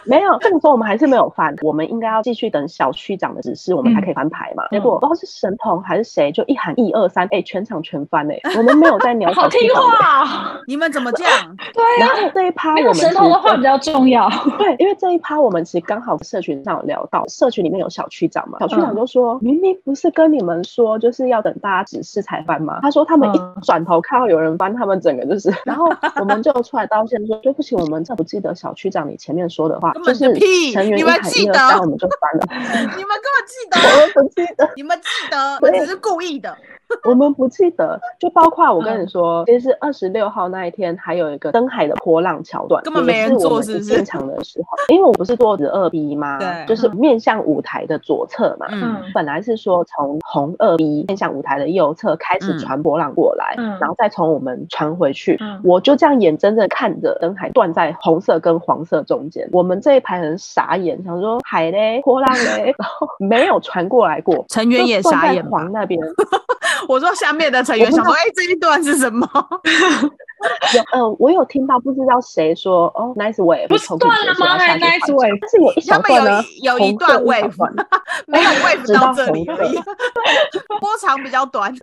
Speaker 2: 没有，这个时候我们还是没有翻，我们应该要继续等小区长的指示，我们才可以翻牌
Speaker 3: 嗯
Speaker 2: 嘛。结果不知道是神童还是谁，就一喊一二三，哎，全场全翻哎、我们没有在鸟
Speaker 3: [laughs] 好
Speaker 2: 小
Speaker 3: 听
Speaker 2: 区长的。
Speaker 3: 话哦，
Speaker 1: 你们怎么这
Speaker 2: [laughs]
Speaker 1: 样？
Speaker 3: 对
Speaker 2: 然
Speaker 3: 啊，
Speaker 2: 后这一趴
Speaker 3: 没
Speaker 2: 我
Speaker 3: 有
Speaker 2: 们
Speaker 3: 神童的话比较重要。
Speaker 2: 对，因为这一趴我们其实刚好社群上有聊到，社群里面有小区长嘛，小区长
Speaker 3: 嗯
Speaker 2: 就说、明明不是跟你们说就是要等大家指示才翻吗？他说他们一
Speaker 3: 嗯
Speaker 2: 转头看到有人翻，他们整
Speaker 1: [laughs]
Speaker 2: 个就是，然后我们就出来道歉说对不起，我们这不记得小区长你前面说的话，
Speaker 1: 根
Speaker 2: 就
Speaker 1: 本
Speaker 2: 是
Speaker 1: 就屁
Speaker 2: 成员
Speaker 1: 你
Speaker 2: 一
Speaker 1: 们
Speaker 2: 喊
Speaker 1: 记
Speaker 2: 一二
Speaker 1: 得
Speaker 2: 三我们就翻了， [laughs]
Speaker 1: 你们根本记
Speaker 2: 我
Speaker 1: 得，
Speaker 2: [laughs] 们不记得。
Speaker 1: 你们记得，我只是故意的。
Speaker 2: 我们不记得，就包括我
Speaker 1: 嗯
Speaker 2: 跟你说，其实二十六号那一天还有一个登海的波浪桥段，
Speaker 1: 根本
Speaker 2: 也
Speaker 1: 没人
Speaker 2: 是我
Speaker 1: 坐
Speaker 2: 们
Speaker 1: 是不
Speaker 2: 一
Speaker 1: 是
Speaker 2: 进场的时候，因为我不是坐着二 B 吗？
Speaker 1: 对
Speaker 2: 就是面向舞台的左侧嘛。
Speaker 1: 嗯，
Speaker 2: 本来是说从红二 B 面向舞台的右侧开始
Speaker 1: 嗯
Speaker 2: 传波浪过来，
Speaker 3: 嗯
Speaker 2: 然后再从我们传回去。
Speaker 3: 嗯
Speaker 2: 我就这样眼睁睁看着灯海断在红色跟黄色中间，我们这一排人傻眼，想说海嘞，波浪嘞， [laughs] 然后没有传过来过。
Speaker 1: 成员也
Speaker 2: 就断
Speaker 1: 傻
Speaker 2: 在
Speaker 1: 眼吧
Speaker 2: 黄那边，
Speaker 1: [laughs] 我说下面的成员
Speaker 2: 我不知
Speaker 1: 想
Speaker 2: 道
Speaker 1: 说，哎，这一段是什
Speaker 2: [laughs]
Speaker 1: 么？
Speaker 2: 有呃，我有听到不知道谁说哦，nice wave，
Speaker 3: 不是
Speaker 2: 从
Speaker 3: 断了
Speaker 2: 结束
Speaker 3: 吗
Speaker 2: 要下去
Speaker 3: ？nice
Speaker 2: 换场
Speaker 3: wave
Speaker 2: 但是有一
Speaker 1: 他
Speaker 2: 小
Speaker 1: 们
Speaker 2: 段呢
Speaker 1: 有，一有一
Speaker 2: 红
Speaker 1: 段
Speaker 2: 色一小
Speaker 1: wave，
Speaker 2: 段
Speaker 1: 没有 wave
Speaker 2: [laughs] 直到
Speaker 1: 到这里
Speaker 2: 红
Speaker 1: 而已
Speaker 2: 色，
Speaker 1: [laughs] 波长比较短。
Speaker 2: 照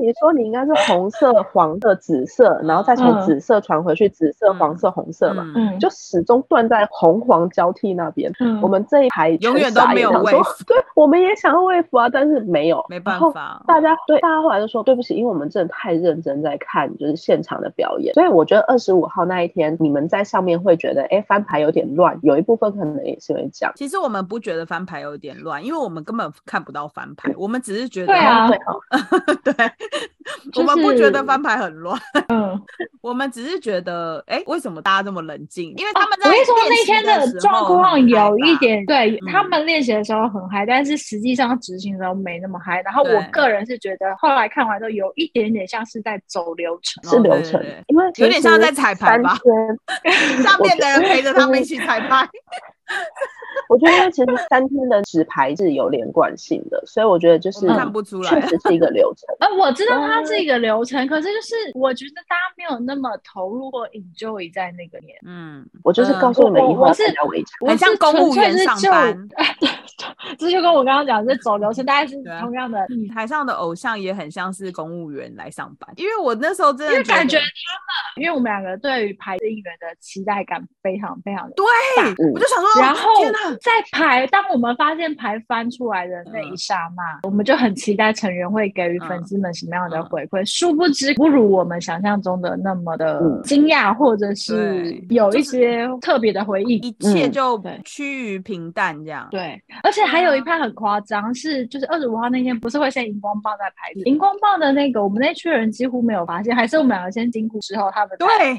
Speaker 2: 理说你应该是红色、黄色、紫色，然后再从
Speaker 3: 嗯
Speaker 2: 紫色传回去，紫色、
Speaker 1: 嗯
Speaker 2: 黄色、红色嘛，
Speaker 1: 嗯，
Speaker 3: 嗯，
Speaker 2: 就始终断在红黄交替那边。
Speaker 3: 嗯
Speaker 2: 我们这一排
Speaker 1: 永远
Speaker 2: 全傻
Speaker 1: 都没
Speaker 2: 眼
Speaker 1: 有
Speaker 2: 想说
Speaker 1: wave
Speaker 2: [laughs] 对，我们也想要 wave 啊，但是没有，
Speaker 1: 没办
Speaker 2: 然后
Speaker 1: 法，
Speaker 2: 大家对大家后来就说对不起，因为我们真的太认真在看就是现场的表演，所以我觉得二十五号那一天你们在上面会觉得哎翻牌有点乱，有一部分可能也是因为这样。
Speaker 1: 其实我们不觉得翻牌有点乱，因为我们根本看不到翻牌，我们只是觉得
Speaker 3: 对啊
Speaker 2: 对哦，
Speaker 1: 对，我们不觉得翻牌很乱，
Speaker 3: 嗯，
Speaker 1: 我们只是觉得，哎，为什么大家这么冷静？因为
Speaker 2: 哦
Speaker 1: 他们在
Speaker 3: 我跟你说
Speaker 1: 练
Speaker 3: 那
Speaker 1: 习
Speaker 3: 天
Speaker 1: 的时候
Speaker 3: 的状况
Speaker 1: 很
Speaker 3: 有
Speaker 1: 害
Speaker 3: 一
Speaker 1: 怕，
Speaker 3: 点，对
Speaker 1: 嗯
Speaker 3: 他们练习的时候很嗨，但是实际上执行的时候没那么嗨。然后
Speaker 1: 对
Speaker 3: 我个人是觉得后来看完之后有一点点像是在走流程，
Speaker 2: 是
Speaker 1: 哦
Speaker 2: 流
Speaker 1: 对
Speaker 2: 程，
Speaker 1: 对对
Speaker 2: 因为其
Speaker 1: 有点像
Speaker 2: 实
Speaker 1: 在彩排吧 [laughs]
Speaker 2: 三天
Speaker 1: 下面的人
Speaker 2: 我觉得
Speaker 1: 陪着他们一起彩
Speaker 3: [laughs]
Speaker 1: 排。
Speaker 2: 我觉得其实三天的纸牌是有连贯性的，所以我觉得就是
Speaker 1: 我们看不出来
Speaker 2: 确实是一个流程。
Speaker 3: 呃，我知道它
Speaker 1: 哦
Speaker 3: 是一个流程，可是就是我觉得大家没有那么投入或 enjoy 在那个年。
Speaker 1: 嗯，
Speaker 2: 我就是告诉你们
Speaker 3: 嗯
Speaker 2: 以后要
Speaker 3: 我是
Speaker 2: 参加围场。
Speaker 3: 我
Speaker 1: 很像
Speaker 3: 是
Speaker 1: 公
Speaker 3: 纯
Speaker 1: 务
Speaker 3: 粹
Speaker 1: 员
Speaker 3: 是
Speaker 1: 上
Speaker 3: 就
Speaker 1: 班，
Speaker 3: [laughs] 这就跟我刚刚讲的是走流程，大概是
Speaker 1: 对啊
Speaker 3: 同样的意思。
Speaker 1: 台上的偶像也很像是公务员来上班，因为我那时候真
Speaker 3: 因为
Speaker 1: 的
Speaker 3: 感觉
Speaker 1: 觉
Speaker 3: 他们，因为我们两个对于排队应援的期待感非常非常的，
Speaker 1: 哎对，我就想说，
Speaker 3: 然后
Speaker 1: 天哪
Speaker 3: 在牌，当我们发现牌翻出来的那一刹
Speaker 1: 嗯
Speaker 3: 那，我们就很期待成员会给予粉丝们什么样的回
Speaker 1: 嗯
Speaker 3: 馈。殊不知，不如我们想象中的那么的
Speaker 2: 嗯
Speaker 3: 惊讶，或者是
Speaker 1: 对
Speaker 3: 有
Speaker 1: 就
Speaker 3: 一
Speaker 1: 是
Speaker 3: 些特别的回
Speaker 1: 一
Speaker 3: 忆。
Speaker 1: 切
Speaker 2: 嗯
Speaker 1: 就
Speaker 3: 对
Speaker 1: 趋于平淡这样。
Speaker 3: 对，而且还有一
Speaker 1: 啊
Speaker 3: 派很夸张，是就是二十五号那天不是会先荧光棒在牌子，荧光棒的那个我们那区的人几乎没有发现，还是我们两个先经过之后，他们才
Speaker 1: 对，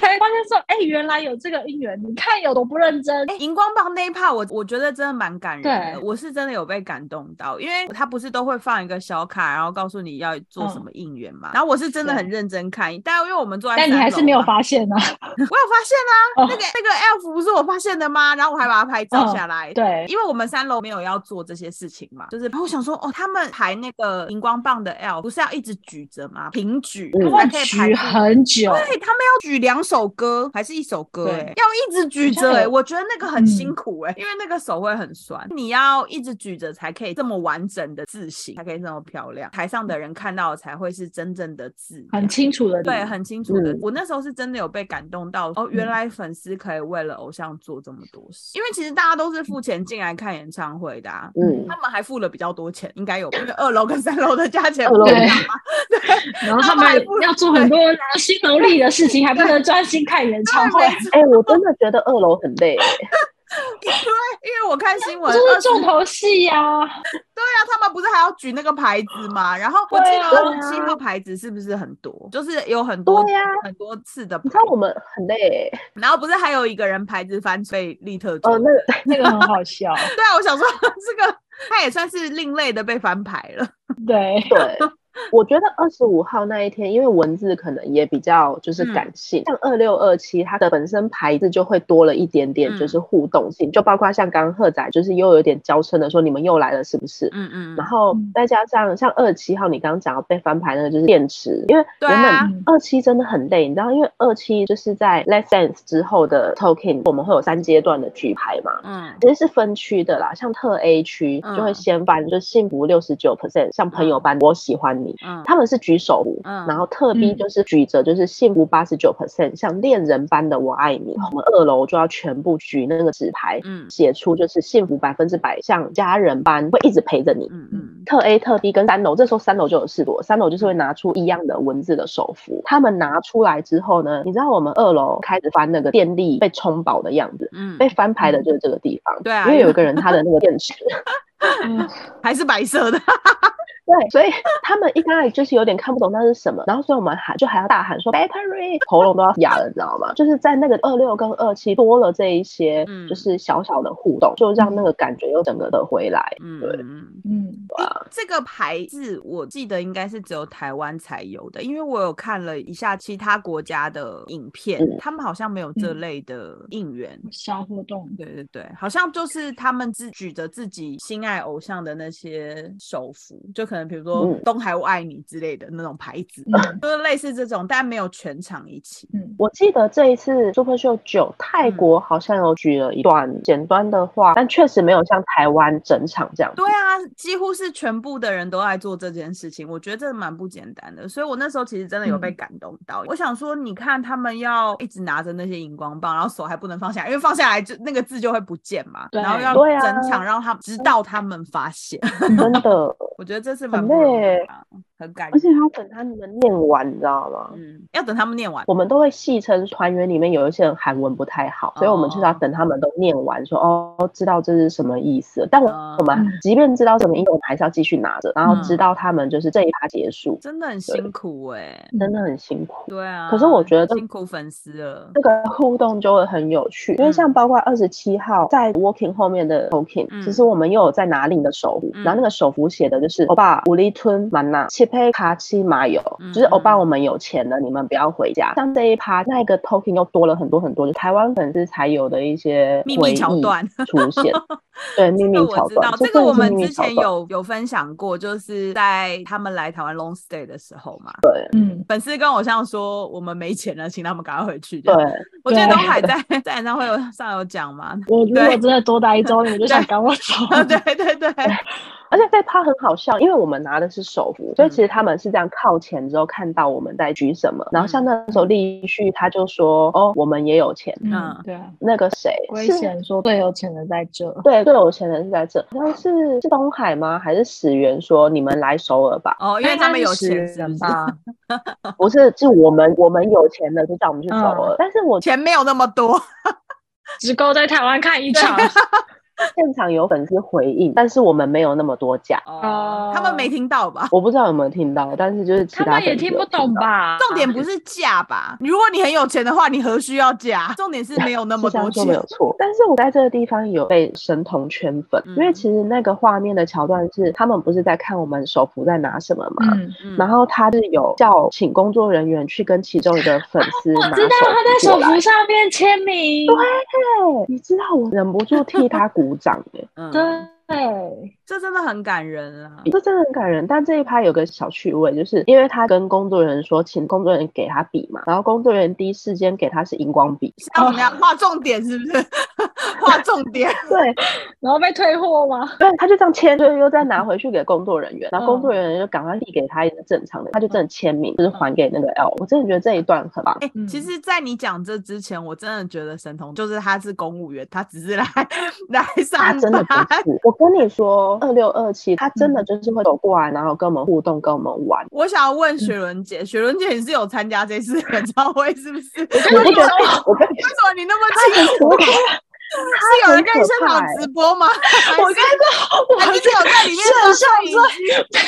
Speaker 3: 才发现说，哎、原来有这个姻缘，你看有多不认真。
Speaker 1: [laughs] 哎，荧光棒那一 part 我我觉得真的蛮感人的，
Speaker 3: 对
Speaker 1: 我是真的有被感动到，因为他不是都会放一个小卡，然后告诉你要做什
Speaker 3: 嗯
Speaker 1: 么应援嘛，然后我是真的很
Speaker 3: 对
Speaker 1: 认真看，但因为我们坐在，
Speaker 3: 但你还是没有，
Speaker 1: 啊
Speaker 3: 发现呢、啊
Speaker 1: 我有发现啊，
Speaker 3: 哦
Speaker 1: 那个那个 F 不是我发现的吗？然后我还把它拍照
Speaker 3: 嗯
Speaker 1: 下来，
Speaker 3: 对，
Speaker 1: 因为我们三楼没有要做这些事情嘛，就是然后我想说，哦，他们排那个荧光棒的 L 不是要一直举着吗？平举，
Speaker 2: 嗯
Speaker 1: 他
Speaker 3: 他
Speaker 1: 们
Speaker 3: 们
Speaker 1: 可以排
Speaker 3: 举啊
Speaker 1: 出
Speaker 3: 很久，
Speaker 1: 对他们要举两首歌，还是一首歌、
Speaker 3: 对
Speaker 1: 欸？要一直举
Speaker 3: 好
Speaker 1: 着、
Speaker 3: 像
Speaker 1: 欸，
Speaker 3: 有
Speaker 1: 我觉得那个很
Speaker 3: 嗯
Speaker 1: 辛苦哎、因为那个手会很酸，你要一直举着才可以这么完整的字形，才可以这么漂亮，台上的人看到才会是真正的字，
Speaker 3: 很清楚的。
Speaker 1: 对，很清楚的。
Speaker 2: 嗯
Speaker 1: 我那时候是真的有被感动到，哦，原
Speaker 3: 嗯
Speaker 1: 来粉丝可以为了偶像做这么多事，因为其实大家都是付钱进来看演唱会的、啊。
Speaker 2: 嗯，
Speaker 1: 他们还付了比较多钱，应该有吧，因为二楼跟三楼的 [laughs] 价钱
Speaker 2: 二
Speaker 1: 不
Speaker 2: 楼
Speaker 1: 一
Speaker 3: 对
Speaker 1: 样嘛。
Speaker 3: 然后
Speaker 1: 他
Speaker 3: 他
Speaker 1: 们
Speaker 3: 们
Speaker 1: 还不
Speaker 3: 要做很多劳心劳力的事
Speaker 1: [laughs]
Speaker 3: 情，还不能专心看演唱会，
Speaker 2: 哎、我真的觉得二楼很累，欸
Speaker 1: 因为因为我 [laughs] 看新闻，
Speaker 3: 就是
Speaker 1: 20
Speaker 3: 重头戏呀、 [laughs]
Speaker 1: 那他们不是还要举那个牌子吗？然后我记得
Speaker 2: 对
Speaker 1: 二
Speaker 2: 啊
Speaker 1: 十七号牌子是不是很多？就是有很多
Speaker 2: 对呀
Speaker 1: 很多次的牌
Speaker 2: 你，看我们很累、
Speaker 1: 然后不是还有一个人牌子翻被利特
Speaker 2: 哦、
Speaker 1: 做？
Speaker 2: 那个
Speaker 3: 那个很好笑。
Speaker 1: 对啊，我想说 [laughs] 这个他也算是另类的被翻牌了。
Speaker 3: 对，
Speaker 2: 对，我觉得二十五号那一天，因为文字可能也比较就是
Speaker 1: 嗯
Speaker 2: 感性，像二六二七它的本身牌子就会多了一点点
Speaker 1: 嗯
Speaker 2: 就是互动性，就包括像刚刚赫仔就是又有点娇嗔的说你们又来了是不是？
Speaker 1: 嗯嗯
Speaker 2: 然后
Speaker 3: 嗯
Speaker 2: 再加上像二七号，你刚刚讲到被翻牌那个就是电池，因为
Speaker 1: 对
Speaker 2: 原
Speaker 1: 啊
Speaker 2: 本二七真的很累，你知道，因为二七就是在 Let's Dance 之后的 Token，我们会有三阶段的举牌嘛，
Speaker 1: 嗯，
Speaker 2: 其实是分区的啦，像特 A 区
Speaker 1: 嗯
Speaker 2: 就会先翻，就幸福六十九 percent，像朋友班我喜欢你，
Speaker 1: 嗯
Speaker 2: 他们是举手舞，
Speaker 1: 嗯
Speaker 2: 然后特 B
Speaker 3: 嗯
Speaker 2: 就是举着就是幸福八十九 percent，像恋人般的我爱你，我们二楼就要全部举那个纸牌，
Speaker 1: 嗯
Speaker 2: 写出就是幸福百分之百，像家人般会一直陪着你。
Speaker 1: 嗯嗯
Speaker 2: 特 A、特 B 跟三楼，这时候三楼就有事多，三楼就是会拿出一样的文字的手幅，他们拿出来之后呢，你知道我们二楼开始翻那个电力被充饱的样子，
Speaker 1: 嗯
Speaker 2: 被，翻牌的就是这个地方，
Speaker 1: 对啊
Speaker 2: 因为
Speaker 1: 因为
Speaker 2: 有一个人他的那个电池，
Speaker 3: 嗯
Speaker 1: 还是白色的。
Speaker 2: 对，所以他们一开始就是有点看不懂那是什么，然后所以我们喊就还要大喊说 battery，喉咙都要哑了，你知道吗？就是在那个二六跟二七多了这一些
Speaker 1: 嗯，
Speaker 2: 就是小小的互动，就让那个感觉又整个的回来，
Speaker 1: 嗯
Speaker 2: 对
Speaker 1: 嗯嗯。
Speaker 3: 嗯，
Speaker 1: 这个牌子我记得应该是只有台湾才有的，因为我有看了一下其他国家的影片，
Speaker 2: 嗯
Speaker 1: 他们好像没有这
Speaker 3: 嗯
Speaker 1: 类的应援。
Speaker 3: 小活动，
Speaker 1: 对对对，好像就是他们自举着自己心爱偶像的那些手幅，就可能比如说
Speaker 2: 嗯
Speaker 1: “东海我爱你”之类的那种牌子， [laughs]
Speaker 3: 嗯
Speaker 1: 就是类似这种，但没有全场一起。
Speaker 3: 嗯，
Speaker 2: 我记得这一次 Super Show 九泰国好像有举了一段简单的话，但确实没有像台湾整场这样。
Speaker 1: 对啊，几乎是全部的人都在做这件事情，我觉得这蛮不简单的。所以我那时候其实真的有被
Speaker 3: 嗯
Speaker 1: 感动到。我想说，你看他们要一直拿着那些荧光棒，然后手还不能放下来，因为放下来就那个字就会不见嘛。然后
Speaker 3: 对
Speaker 1: 要
Speaker 2: 对啊
Speaker 1: 整场让他们直到他们发现， [laughs]
Speaker 2: 真的，
Speaker 1: 我觉得这是
Speaker 2: 很
Speaker 1: 蛮不容易
Speaker 2: 累
Speaker 1: 的啊，很感
Speaker 2: 而且还要等他们念完，你知道吗？
Speaker 1: 嗯，要等他们念完。
Speaker 2: 我们都会戏称团员里面有一些人韩文不太好，所以我们就是要等他们都念完，说哦，知道这是什么意思。但我
Speaker 1: 哦
Speaker 2: 我们即便知道什么意思，我们还是要继续拿着，然后知道他们就是这一趴结束，
Speaker 1: 真的很辛苦哎、
Speaker 2: 真的很辛苦。
Speaker 1: 对啊。
Speaker 2: 可是我觉得这
Speaker 1: 辛苦粉丝了，
Speaker 2: 那个互动就会很有趣，因为像包括二十七号在 Walking 后面的 Token，、
Speaker 1: 嗯
Speaker 2: 其实我们又有在拿另一个手幅，
Speaker 1: 嗯
Speaker 2: 然后那个手幅写的就是欧巴五力吞满纳切佩卡七麻油，
Speaker 1: 嗯
Speaker 2: 就是欧巴
Speaker 1: 嗯
Speaker 2: 我们有钱了，你们不要回家。像这一趴那个 Token 又多了很多很多，就台湾粉丝才有的一些
Speaker 1: 秘密桥段
Speaker 2: 出现，对秘
Speaker 1: [laughs]
Speaker 2: 密
Speaker 1: 这个
Speaker 2: 桥
Speaker 1: 我知道
Speaker 2: 段，，
Speaker 1: 这个我们之
Speaker 2: 之
Speaker 1: 前有有分享过，就是在他们来台湾 long stay 的时候嘛，
Speaker 3: 嗯，
Speaker 1: 粉丝跟偶像说我们没钱了，请他们赶快回去。这
Speaker 2: 对
Speaker 1: 样，，我记得
Speaker 3: 对
Speaker 1: 东海在在演唱会有上有讲嘛，
Speaker 3: 我如果
Speaker 1: 对 [laughs]
Speaker 3: 真的多待一周，你们就想赶我走，
Speaker 1: 对对对，
Speaker 2: 而且这趴很好笑，因为我们拿的是手幅，所以其
Speaker 3: 嗯
Speaker 2: 实他们是这样靠前之后看到我们在举什么，然后
Speaker 3: 嗯
Speaker 2: 像那时候立旭他就说：“哦，我们也有钱。”
Speaker 1: 嗯
Speaker 3: 对啊，
Speaker 2: 那个谁
Speaker 3: 危
Speaker 2: 是
Speaker 3: 险说最有钱的在这，
Speaker 2: 对，最有钱人是在这，好像是是东海吗？还是始源说你们来首尔吧？
Speaker 1: 哦，因为他们有
Speaker 3: 十
Speaker 1: 钱是不
Speaker 3: 人
Speaker 1: 是？
Speaker 3: 吧，
Speaker 2: 不是，是我们我们有钱的就叫我们去首
Speaker 3: 嗯
Speaker 2: 尔，但是我
Speaker 1: 钱没有那么多，
Speaker 3: 只够在台湾看一场。
Speaker 2: 现场有粉丝回应，但是我们没有那么多假，
Speaker 1: 哦， [laughs] 他们没听到吧？
Speaker 2: 我不知道有没有听到，但是就是其
Speaker 3: 他
Speaker 2: 他
Speaker 3: 们也
Speaker 2: 粉丝
Speaker 3: 听
Speaker 2: 有
Speaker 3: 不懂
Speaker 2: 到？
Speaker 3: 吧？
Speaker 1: 重点不是价吧？如果你很有钱的话，你何需要价？重点是没有那
Speaker 2: 是
Speaker 1: 么
Speaker 2: 这
Speaker 1: 多
Speaker 2: 样说没有
Speaker 1: 钱。
Speaker 2: 错，但是我在这个地方有被神童圈粉，因为
Speaker 1: 嗯
Speaker 2: 其实那个画面的桥段是他们不是在看我们手幅在拿什么嘛，
Speaker 3: 嗯，
Speaker 1: 嗯
Speaker 2: 然后他是有叫请工作人员去跟其中一个粉丝
Speaker 3: 哦我
Speaker 2: 拿
Speaker 3: 知道他在
Speaker 2: 手
Speaker 3: 手
Speaker 2: 幅过来
Speaker 3: 幅上面签名。
Speaker 2: 对，你知道我忍不住替他鼓掌哎、
Speaker 1: 嗯
Speaker 3: 对，
Speaker 1: 这真的很感人
Speaker 2: [laughs]
Speaker 1: 啊！
Speaker 2: 这真的很感人。但这一趴有个小趣味，就是因为他跟工作人员说，请工作人员给他笔嘛，然后工作人员第一时间给他是荧光
Speaker 3: [laughs]
Speaker 2: 笔，
Speaker 1: 像我们要画重点是不是？ [laughs] 画重点，
Speaker 2: 对，
Speaker 3: 然后被退货吗？
Speaker 2: 对，他就这样签，就又再拿回去给工作人员，然后工
Speaker 1: 嗯
Speaker 2: 作人员就赶快递给他一个正常的，他就真的签名，就是还给那个 L。我真的觉得这一段很棒。
Speaker 1: 哎、
Speaker 3: 嗯
Speaker 1: 其实，在你讲这之前，我真的觉得神童就是他是公务员，他只是来 [laughs] 来
Speaker 2: 他
Speaker 1: 上
Speaker 2: 真的不
Speaker 1: 班。
Speaker 2: 是，我跟你说，二六二七，他真的就是会走过来，然后跟我们互动，跟我们玩。
Speaker 1: 我想要问
Speaker 2: 嗯
Speaker 1: 雪伦姐，雪伦姐你是有参加这次
Speaker 2: [laughs]
Speaker 1: 演唱会是不是？为
Speaker 2: 你不觉得？我跟你说，
Speaker 1: 什么你那么清楚？
Speaker 2: 我跟你说
Speaker 1: 是有人跟你现
Speaker 2: 他很可
Speaker 1: 场
Speaker 2: 怕欸
Speaker 1: 直播吗？ [laughs]
Speaker 3: 我
Speaker 1: 我
Speaker 3: 跟你
Speaker 1: 还
Speaker 3: 我
Speaker 1: 是
Speaker 3: 是
Speaker 1: 只有在里面
Speaker 3: 线上
Speaker 1: 放
Speaker 3: 追，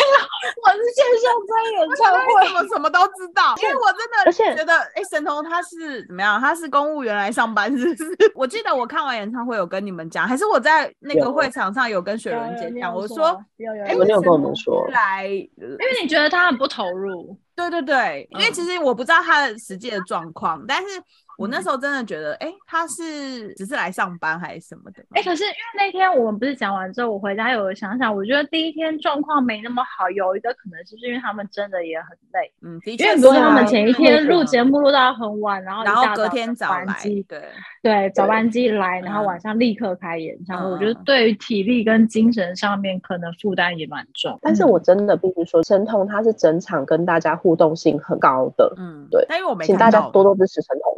Speaker 3: 我
Speaker 1: 影
Speaker 3: 是线上追演唱
Speaker 1: 那你怎
Speaker 3: 会。
Speaker 1: 么什么都知
Speaker 2: [laughs]
Speaker 1: 道？因为我真的
Speaker 2: 而且
Speaker 1: 觉得，哎、神童他是怎么样？他是公务员来上班，是不是？ [laughs] 我记得我看完演唱会有跟你们讲，还是我在那个
Speaker 2: 有
Speaker 1: 会场上有跟雪伦姐讲，我说。，
Speaker 3: 有有
Speaker 1: 哎，
Speaker 2: 我
Speaker 3: 有
Speaker 2: 你有
Speaker 1: 神
Speaker 2: 跟我们
Speaker 1: 童
Speaker 2: 说
Speaker 1: 是来，呃
Speaker 3: 因为你觉得他很不投入，
Speaker 1: 对对对，因为
Speaker 3: 嗯
Speaker 1: 其实我不知道他的实际的状况，但是我那
Speaker 3: 嗯
Speaker 1: 时候真的觉得，哎、他是只是来上班还是什么的？
Speaker 3: 哎、可是因为那天我们不是讲完之后，我回家有想想，我觉得第一天状况没那么好，有一个可能是因为他们真的也很累，
Speaker 1: 嗯，的
Speaker 3: 因
Speaker 1: 确
Speaker 3: 为
Speaker 1: 是
Speaker 3: 如
Speaker 1: 啊，
Speaker 3: 果他们前一天录节
Speaker 1: 目，
Speaker 3: 目录到很晚，然后一
Speaker 1: 然后
Speaker 3: 大
Speaker 1: 隔
Speaker 3: 早
Speaker 1: 天
Speaker 3: 的
Speaker 1: 早
Speaker 3: 班
Speaker 1: 来，
Speaker 3: 机
Speaker 1: 对，
Speaker 3: 对，早
Speaker 2: 对
Speaker 3: 班机来，然后
Speaker 1: 嗯
Speaker 3: 晚上立刻开演唱会，我觉得
Speaker 1: 嗯嗯嗯
Speaker 3: 对于体力跟精神上面可能负担也蛮重。
Speaker 2: 但是
Speaker 3: 嗯
Speaker 2: 我真的必须说，神童他是整场跟大家互动性很高的，
Speaker 1: 嗯，
Speaker 2: 对
Speaker 1: 但因为我没
Speaker 2: 请
Speaker 1: 看
Speaker 2: 大家
Speaker 1: 到嘛
Speaker 2: 多多支持神童。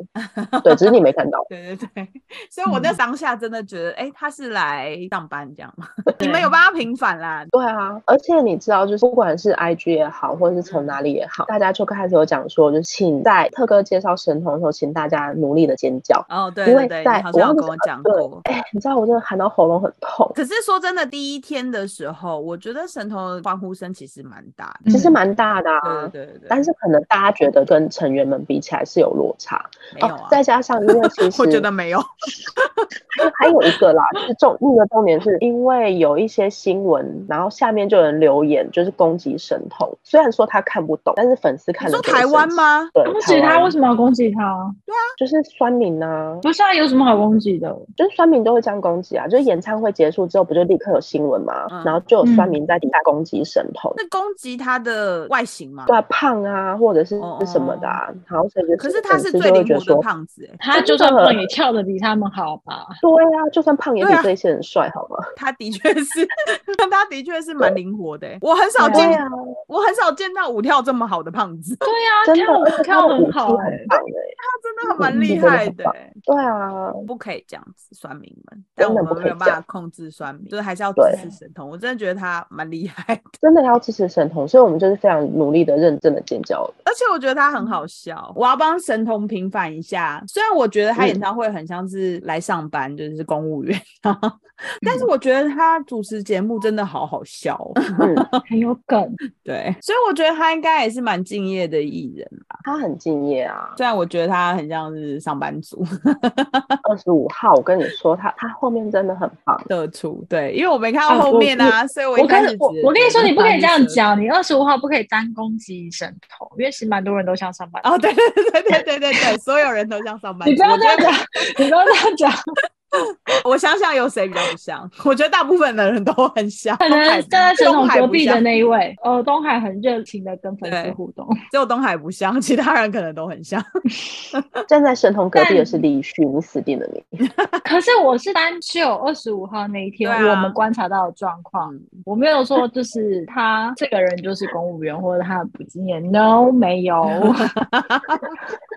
Speaker 2: 对，只是你没看到。
Speaker 1: 对对对，所以我
Speaker 3: 嗯
Speaker 1: 那当下真的觉得，哎、他是来上班这样吗？你们
Speaker 3: 对
Speaker 1: 有帮他平反啦？
Speaker 2: 对啊，而且你知道，就是不管是 IG 也好，或者是
Speaker 1: 嗯
Speaker 2: 从哪里也好，大家就开始有讲说，就是请在特哥介绍神童的时候，请大家努力的尖叫。
Speaker 1: 哦，对
Speaker 2: 因
Speaker 1: 对
Speaker 2: 为
Speaker 1: 对，
Speaker 2: 在
Speaker 1: 你好
Speaker 2: 我
Speaker 1: 像有
Speaker 2: 忘记
Speaker 1: 跟我讲
Speaker 2: 讲对
Speaker 1: 过。
Speaker 2: 哎，你知道我真的喊到喉咙很痛，
Speaker 1: 可是说真的，第一天的时候，我觉得神童的欢呼声其实蛮大的。
Speaker 2: 其实
Speaker 3: 嗯
Speaker 2: 蛮大的啊。
Speaker 1: 对对对对，
Speaker 2: 但是可能大家觉得跟成员们比起来是有落差，
Speaker 1: 没有
Speaker 2: 哦
Speaker 1: 啊，，
Speaker 2: [laughs] 再加上因为其实
Speaker 1: 我觉得没有。
Speaker 2: 还有一个啦，是重另一个重点是因为有一些新闻，然后下面就有人留言，就是攻击神童。虽然说他看不懂，但是粉丝看
Speaker 1: 你
Speaker 2: 了
Speaker 1: 说
Speaker 2: 就会
Speaker 1: 台湾
Speaker 2: 生气？
Speaker 1: 吗？
Speaker 2: 对，
Speaker 3: 攻击
Speaker 2: 台
Speaker 3: 他
Speaker 1: 啊
Speaker 2: 湾
Speaker 3: 为什么要攻击他？
Speaker 2: 就是酸民呐、
Speaker 3: 不是啊，有什么好攻击的？
Speaker 2: 就是酸民都会这样攻击啊。就是演唱会结束之后，不就立刻有新闻嘛，
Speaker 1: 嗯
Speaker 2: 然后就有酸民在底下攻击神童，
Speaker 1: 那攻击他的外形嘛？
Speaker 2: 对啊，胖啊，或者是
Speaker 1: 哦
Speaker 2: 是什么的、啊，然后所以就
Speaker 1: 可是他
Speaker 2: 粉
Speaker 1: 是
Speaker 2: 丝
Speaker 1: 最
Speaker 2: 就会觉
Speaker 1: 灵
Speaker 2: 得
Speaker 1: 活的
Speaker 2: 说，
Speaker 1: 胖子、哎，
Speaker 3: 他就算胖也跳的比他们好吧？
Speaker 2: 对啊，就算胖也比
Speaker 1: 对啊
Speaker 2: 这些人帅，好吗？
Speaker 1: 他的确是， [laughs] 他的确是蛮灵活的、哎我很少
Speaker 3: 对
Speaker 1: 见，
Speaker 2: 对啊，
Speaker 1: 我很少见到舞跳这么好的胖子，
Speaker 3: 对啊，
Speaker 2: 真的，
Speaker 3: 跳舞
Speaker 2: 而且
Speaker 3: 跳
Speaker 2: 他
Speaker 3: 得
Speaker 2: 的武
Speaker 3: 很
Speaker 2: 器
Speaker 3: 好
Speaker 2: 很
Speaker 3: 哎、
Speaker 1: 欸
Speaker 2: 棒哎、
Speaker 1: 真的还蛮
Speaker 2: 嗯
Speaker 1: 厉
Speaker 2: 真的
Speaker 1: 害
Speaker 2: 很
Speaker 1: 的、
Speaker 2: 棒
Speaker 1: 哎
Speaker 2: 对啊，
Speaker 1: 不可以这样子，酸民们，但
Speaker 2: 真的
Speaker 1: 我
Speaker 2: 不
Speaker 1: 们
Speaker 2: 可
Speaker 1: 没
Speaker 2: 以
Speaker 1: 有办
Speaker 2: 这
Speaker 1: 法
Speaker 2: 样
Speaker 1: 控制酸民，就是还是要支
Speaker 2: 对
Speaker 1: 持神童。我真的觉得他蛮厉害的，
Speaker 2: 真的要支持神童，所以我们就是非常努力的、认真的尖叫。
Speaker 1: 而且我觉得他很
Speaker 3: 嗯
Speaker 1: 好笑。我要帮神童平反一下，虽然我觉得他演
Speaker 2: 嗯
Speaker 1: 唱会很像是来上班，就是公务员，啊 [laughs]
Speaker 3: 嗯
Speaker 1: 但是我觉得他主持节目真的好好笑、
Speaker 3: [laughs]
Speaker 1: 哦。 [laughs]
Speaker 2: 嗯，
Speaker 3: 很有梗。
Speaker 1: 对，所以我觉得他应该也是蛮敬业的艺人啦。
Speaker 2: 他很敬业啊。
Speaker 1: 虽然我觉得他很像是上班族 [laughs]
Speaker 2: 二十五号，我跟你说，他他后面真的很棒。
Speaker 1: 的出，对，因为我没看
Speaker 3: 啊
Speaker 1: 到后
Speaker 3: 我
Speaker 1: 面啊，所以我一
Speaker 3: 我
Speaker 1: 开
Speaker 3: 跟
Speaker 1: 始
Speaker 3: 我
Speaker 1: 只
Speaker 3: 我跟你说，你不可以这样
Speaker 1: 翻车
Speaker 3: 讲，你二十五号不可以单攻击神童，因为其实蛮多人都想上班。
Speaker 1: 哦 [laughs] 哦，对对对对对对对对，所有人都像上班族。
Speaker 3: 你不要
Speaker 1: 我
Speaker 3: 这
Speaker 1: 觉
Speaker 3: 样
Speaker 1: 得
Speaker 3: 讲，你不要这样讲。
Speaker 1: 我想想有谁比较不像？我觉得大部分的人都很像，
Speaker 3: 可能
Speaker 1: 东
Speaker 3: 站在
Speaker 1: 海
Speaker 3: 沈总
Speaker 1: 东海
Speaker 3: 隔
Speaker 1: 不
Speaker 3: 壁的
Speaker 1: 像，
Speaker 3: 那一位，呃，东海很热情的跟粉丝
Speaker 1: 对
Speaker 3: 互动， [laughs]
Speaker 1: 只有东海不像，其他人可能都很像。 [laughs]
Speaker 2: 站在神童隔壁的
Speaker 3: 但
Speaker 2: 是李寻，死定了你。
Speaker 3: 可是我是单秀二十五号那一天，
Speaker 1: 对啊嗯
Speaker 3: 我们观察到的状况，我没有说就
Speaker 1: [laughs]
Speaker 3: 是他这个人就是公务员或者他很不敬业，no，
Speaker 1: [laughs]
Speaker 3: 没有，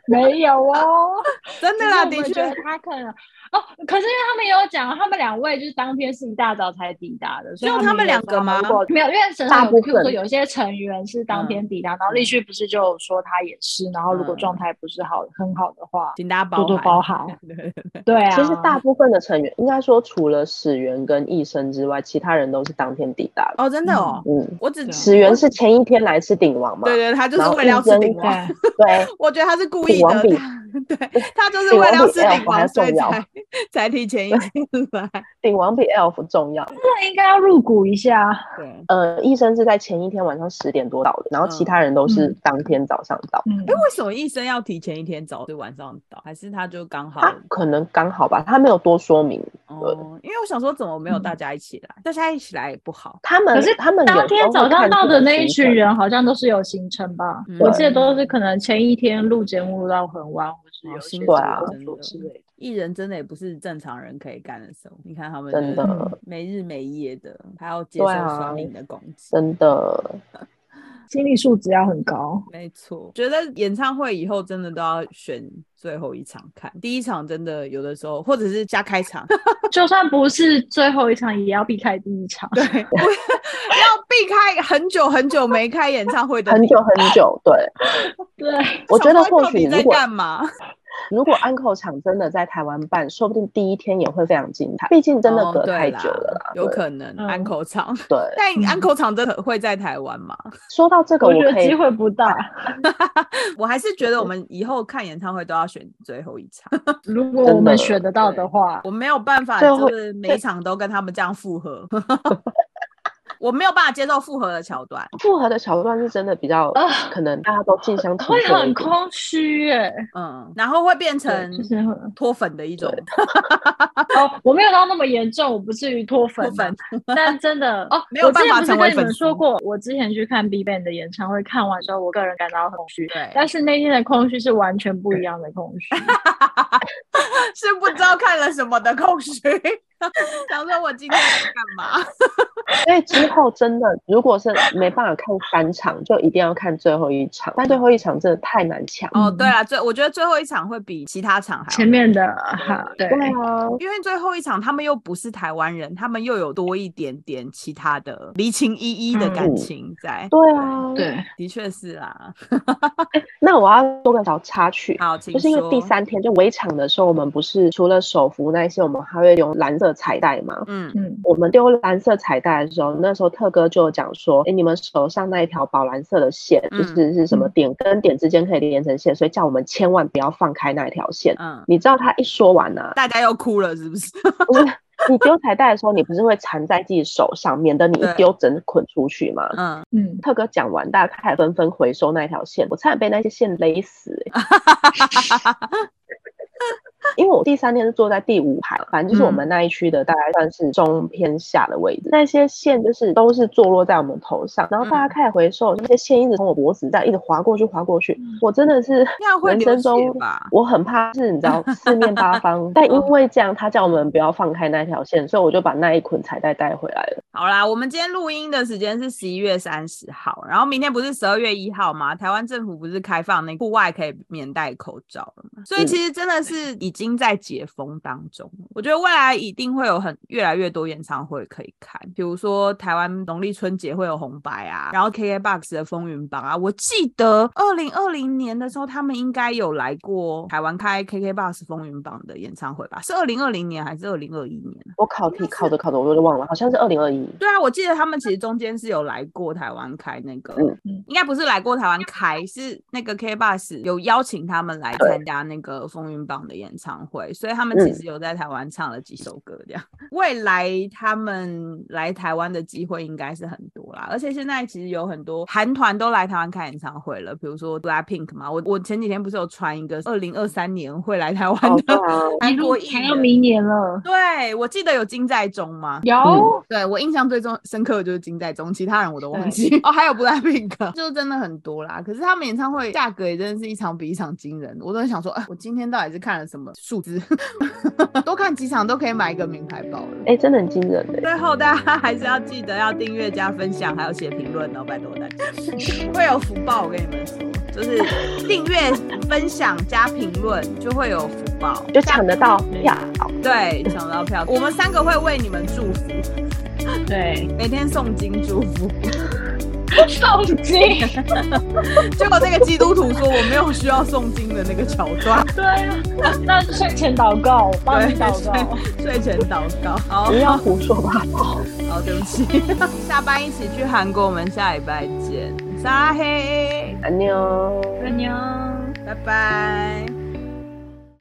Speaker 3: 没有哦，
Speaker 1: 真的
Speaker 3: 只是
Speaker 1: 啦，
Speaker 3: 我
Speaker 1: 的
Speaker 3: 们觉得
Speaker 1: 确，
Speaker 3: 他可能哦，可是因为他们也有讲，他们两位就是当天是一大早才抵达的，所以
Speaker 1: 只有
Speaker 3: 他
Speaker 1: 他们
Speaker 3: 也有
Speaker 1: 两
Speaker 3: 说
Speaker 1: 个
Speaker 3: 他们
Speaker 1: 吗
Speaker 3: 如果没有，因为沈
Speaker 2: 大
Speaker 3: 上有
Speaker 2: 部
Speaker 3: 譬如说
Speaker 2: 分
Speaker 3: 有一些成员是当
Speaker 1: 嗯
Speaker 3: 天抵达，然后立旭不是就有说他也是，然后如果
Speaker 1: 嗯
Speaker 3: 状态不是好很好的话，
Speaker 1: 请大家包
Speaker 3: 多多包涵。
Speaker 1: 对
Speaker 3: 对啊，
Speaker 2: 其实大部分的成员，应该说除了始源跟义生之外，其他人都是当天抵达
Speaker 1: [laughs]
Speaker 2: 的。
Speaker 1: 哦，真的哦，
Speaker 2: 嗯，
Speaker 1: 我只
Speaker 3: 对啊
Speaker 2: 始源是前一天来吃鼎王嘛？
Speaker 1: 对对，他就是
Speaker 2: 然后
Speaker 1: 为了要吃
Speaker 2: 应
Speaker 1: 顶
Speaker 3: [laughs]
Speaker 2: 征
Speaker 1: 王。
Speaker 3: 对。
Speaker 2: 对
Speaker 1: 我觉得他是故
Speaker 2: 顶
Speaker 1: 意
Speaker 2: 王
Speaker 1: 的，
Speaker 2: 比
Speaker 1: 他 [laughs] 对他就是
Speaker 2: 顶
Speaker 1: 为
Speaker 2: 王
Speaker 1: 了要
Speaker 2: 比
Speaker 1: 吃
Speaker 2: L
Speaker 1: 顶王，
Speaker 2: 还
Speaker 1: 所以
Speaker 2: 重要
Speaker 1: 才才提前一天来。
Speaker 2: 鼎王比 Elf 重要。
Speaker 3: 那应该要入股一下，
Speaker 1: 对，
Speaker 2: 呃，医生是在前一天晚上十点多到的，然后其
Speaker 1: 嗯
Speaker 2: 他人都是
Speaker 3: 嗯
Speaker 2: 当天早上到。
Speaker 3: 嗯，
Speaker 1: 为什么医生要提前一天走，就晚上到？还是他就刚好？
Speaker 2: 他可能刚好吧，他没有多说明。
Speaker 1: 哦，因为我想说，怎么没有
Speaker 3: 嗯
Speaker 1: 大家一起来？大家一起来也不好。
Speaker 2: 他们
Speaker 3: 可是
Speaker 2: 他们有
Speaker 3: 当天
Speaker 2: 时候
Speaker 3: 早
Speaker 2: 会
Speaker 3: 上
Speaker 2: 看
Speaker 3: 到
Speaker 2: 自己
Speaker 3: 的那
Speaker 2: 行
Speaker 3: 一群
Speaker 2: 程，
Speaker 3: 人好像都是有行程吧？
Speaker 1: 嗯
Speaker 3: 我记得都是可能前一天录节目到很晚，或是
Speaker 1: 好
Speaker 3: 有一些
Speaker 1: 辛
Speaker 2: 苦啊
Speaker 3: 工作之类的。
Speaker 1: 艺人真的也不是正常人可以干的时候。你看他们
Speaker 2: 真
Speaker 1: 的
Speaker 3: 嗯
Speaker 2: 的
Speaker 1: 没日没夜的，还要接受
Speaker 2: 对啊
Speaker 1: 酸民的攻击。
Speaker 2: 真的
Speaker 3: 心理素质要很高。
Speaker 1: 没错，觉得演唱会以后真的都要选最后一场看，第一场真的有的时候，或者是加开
Speaker 2: [laughs]
Speaker 1: 场，
Speaker 3: [laughs] 就算不是最后一场，也要避开第一场。
Speaker 1: 对，不要避开很久很久没开演唱会的
Speaker 2: 很
Speaker 1: 地
Speaker 2: 久很久。对，
Speaker 3: [laughs] 对，
Speaker 2: 我觉得
Speaker 1: 想说
Speaker 2: 或
Speaker 1: 到底
Speaker 2: 许如
Speaker 1: 在
Speaker 2: 果
Speaker 1: 干嘛？
Speaker 2: 如果安扣场真的在台湾办，说不定第一天也会非常精彩。毕竟 [laughs] 真的
Speaker 1: 哦
Speaker 2: 隔
Speaker 1: 对
Speaker 2: 太
Speaker 1: 啦
Speaker 2: 久了啦。
Speaker 1: 有
Speaker 2: 对
Speaker 1: 可能
Speaker 3: 嗯
Speaker 1: 安口场，
Speaker 2: 对，
Speaker 1: 但
Speaker 3: 嗯
Speaker 1: 安口场真的会在台湾吗？
Speaker 2: 说到这个，
Speaker 3: 我
Speaker 2: 我
Speaker 3: 觉
Speaker 2: 可
Speaker 3: 得
Speaker 2: 以
Speaker 3: 机会不大。
Speaker 1: [laughs]
Speaker 3: [laughs]
Speaker 1: 我还是觉得我们以后看演唱会都要选最后一场，
Speaker 3: 如果
Speaker 2: 真的
Speaker 3: 我们选得到的话，
Speaker 1: 我没有办法，
Speaker 2: 最后
Speaker 1: 就是每一场都跟他们这样复合， [laughs] 我没有办法接受复合的桥段。
Speaker 2: 复合的桥段是真的比较，
Speaker 3: 啊
Speaker 2: 可能大家都近乡情
Speaker 3: 会
Speaker 2: 怯了一
Speaker 3: 很
Speaker 2: 点。
Speaker 3: 空虚耶、
Speaker 1: 嗯，然后会变成
Speaker 3: 对就是很
Speaker 1: 脱粉的一种，
Speaker 3: 哦，我没有到那么严重，我不至于脱粉、
Speaker 1: 脱
Speaker 3: 啊。
Speaker 1: 粉
Speaker 3: 但真的
Speaker 1: [laughs]
Speaker 3: 哦，
Speaker 1: 没有
Speaker 3: 我之前
Speaker 1: 办法
Speaker 3: 不是
Speaker 1: 成为
Speaker 3: 跟你们
Speaker 1: 粉丝
Speaker 3: 说过，我之前去看 BigBang 的演唱会，看完之后，我个人感到很空虚。
Speaker 1: 对，
Speaker 3: 但是那天的空虚是完全不一样的空
Speaker 1: [laughs]
Speaker 3: 虚，
Speaker 1: 是不知道看了什么的空虚， [laughs] 想说我今天在干嘛？
Speaker 2: 所以之后真的，如果是没办法看三场，就一定要看最后一场。但最后一场真的太难抢。
Speaker 1: 哦，对啊，最我觉得最后一场会比其他场还好
Speaker 3: 前。面的哈，对，
Speaker 2: 对啊，
Speaker 1: 因为最后一场他们又不是台湾人，他们又有多一点点其他的离情依依的感
Speaker 2: 嗯
Speaker 1: 情在。
Speaker 2: 对啊，。
Speaker 3: 对，
Speaker 1: 的确是啦。
Speaker 2: 那我要做个小插曲，
Speaker 1: 好，请
Speaker 2: 就是因为
Speaker 1: 说
Speaker 2: 第，三天就围场的时候，我们不是除了手幅那一些，我们还会用蓝色彩带吗？
Speaker 1: 嗯，
Speaker 3: 嗯，
Speaker 2: 我们丢蓝色彩带的时候，那时候特哥就有讲说，哎，你们手上那一条宝蓝色的线，
Speaker 1: 嗯
Speaker 2: 就是是什么点跟点之间可以连成线，所以叫我们千万不要放开那一条
Speaker 1: [laughs]
Speaker 2: 线。
Speaker 1: 嗯，
Speaker 2: 你知道他一说完呢、
Speaker 1: 大家又哭了，是不 [laughs] 是？
Speaker 2: 不是你丢彩带的时候，你不是会缠在自己手上，免得你一
Speaker 1: 对
Speaker 2: 丢整捆出去吗？
Speaker 1: 嗯，
Speaker 3: 嗯，
Speaker 2: 特哥讲完，大家开始纷纷回收那一条线，我差点被那些线勒死、欸
Speaker 1: [laughs]
Speaker 2: 因为我第三天是坐在第五排，反正就是我
Speaker 1: 嗯
Speaker 2: 们那一区的大概算是中偏下的位置，那些线就是都是坐落在我们头上，然后
Speaker 1: 嗯
Speaker 2: 大家开始回收，那些线一直从我脖子这样一直划过去划过去，我真的是
Speaker 1: 那嗯样会
Speaker 2: 人
Speaker 1: 流
Speaker 2: 生
Speaker 1: 血
Speaker 2: 中
Speaker 1: 吧？嗯
Speaker 2: 我很怕是，你知
Speaker 1: [laughs]
Speaker 2: 道四面八方，但因为这样，他叫我们不要放开那条线，所以我就把那一捆彩带带回来了。
Speaker 1: 好啦，我们今天录音的时间是十一月三十号，然后明天不是十二月一号吗？台湾政府不是开放那户外可以免戴口罩了吗？所以
Speaker 2: 嗯
Speaker 1: 其实真的是已经在解封当中了。我觉得未来一定会有很越来越多演唱会可以看，比如说台湾农历春节会有红白啊，然后 KKBOX 的风云榜啊。我记得二零二零年的时候，他们应该有来过台湾开 KKBOX 风云榜的演唱会吧？是二零二零年还是二零二一年？
Speaker 2: 我考题考着考着我就忘了，好像是二零二一。
Speaker 1: 对啊，我记得他们其实中间是有来过台湾开那个，
Speaker 2: 嗯
Speaker 3: 嗯
Speaker 1: 应该不是来过台湾开，是那个 K Bus 有邀请他们来参加那个风云榜的演唱唱会，所以他
Speaker 2: 嗯
Speaker 1: 们其实有在台湾唱了几首歌，这样、未来他们来台湾的机会应该是很多啦。而且现在其实有很多韩团都来台湾开演唱会了，比如说 BLACKPINK 嘛，我我前几天不是有传一个二零二三年会来台湾
Speaker 2: 好
Speaker 1: 的
Speaker 2: 棒哦
Speaker 1: 韩国艺
Speaker 3: 还要
Speaker 1: 人，
Speaker 3: 明年
Speaker 1: 嗯
Speaker 3: 了，
Speaker 1: 对我记得有金在中吗？
Speaker 3: 有、
Speaker 2: 嗯
Speaker 1: 对我印象最重深刻的就是金在中，其他人我都忘记 [laughs] 哦。还有 BLACKPINK，就 [laughs] 真的很多啦。可是他们演唱会价格也真的是一场比一场惊人，我都在想说，哎、我今天到底是看了什么数字？ [laughs] 多看几场都可以买一个名牌包了。
Speaker 2: 哎、真的很惊人哎、
Speaker 1: 最后大家还是要记得要订阅、加分享，还有写评论哦，拜托大家，会有福报。我跟你们说，就是订阅、分享、加评论，就会有福报，
Speaker 2: 就抢得到票。
Speaker 1: 对，抢到票。我们三个会为你们祝福，嗯
Speaker 3: 对， [laughs]
Speaker 1: 每天诵经祝福。
Speaker 3: 受惊，
Speaker 1: [laughs] 结果那个基督徒说我没有需要诵经的那个桥段，
Speaker 3: 对啊，那睡前祷告，我帮你
Speaker 1: 对，
Speaker 3: 祷告，
Speaker 1: 睡睡前祷告。好
Speaker 2: 不，要胡说 [laughs] 八道。
Speaker 1: 好，对不起。下班一起去韩国，我们下礼拜见。撒嘿，
Speaker 2: 安妞。
Speaker 3: 安妞。
Speaker 1: 拜拜。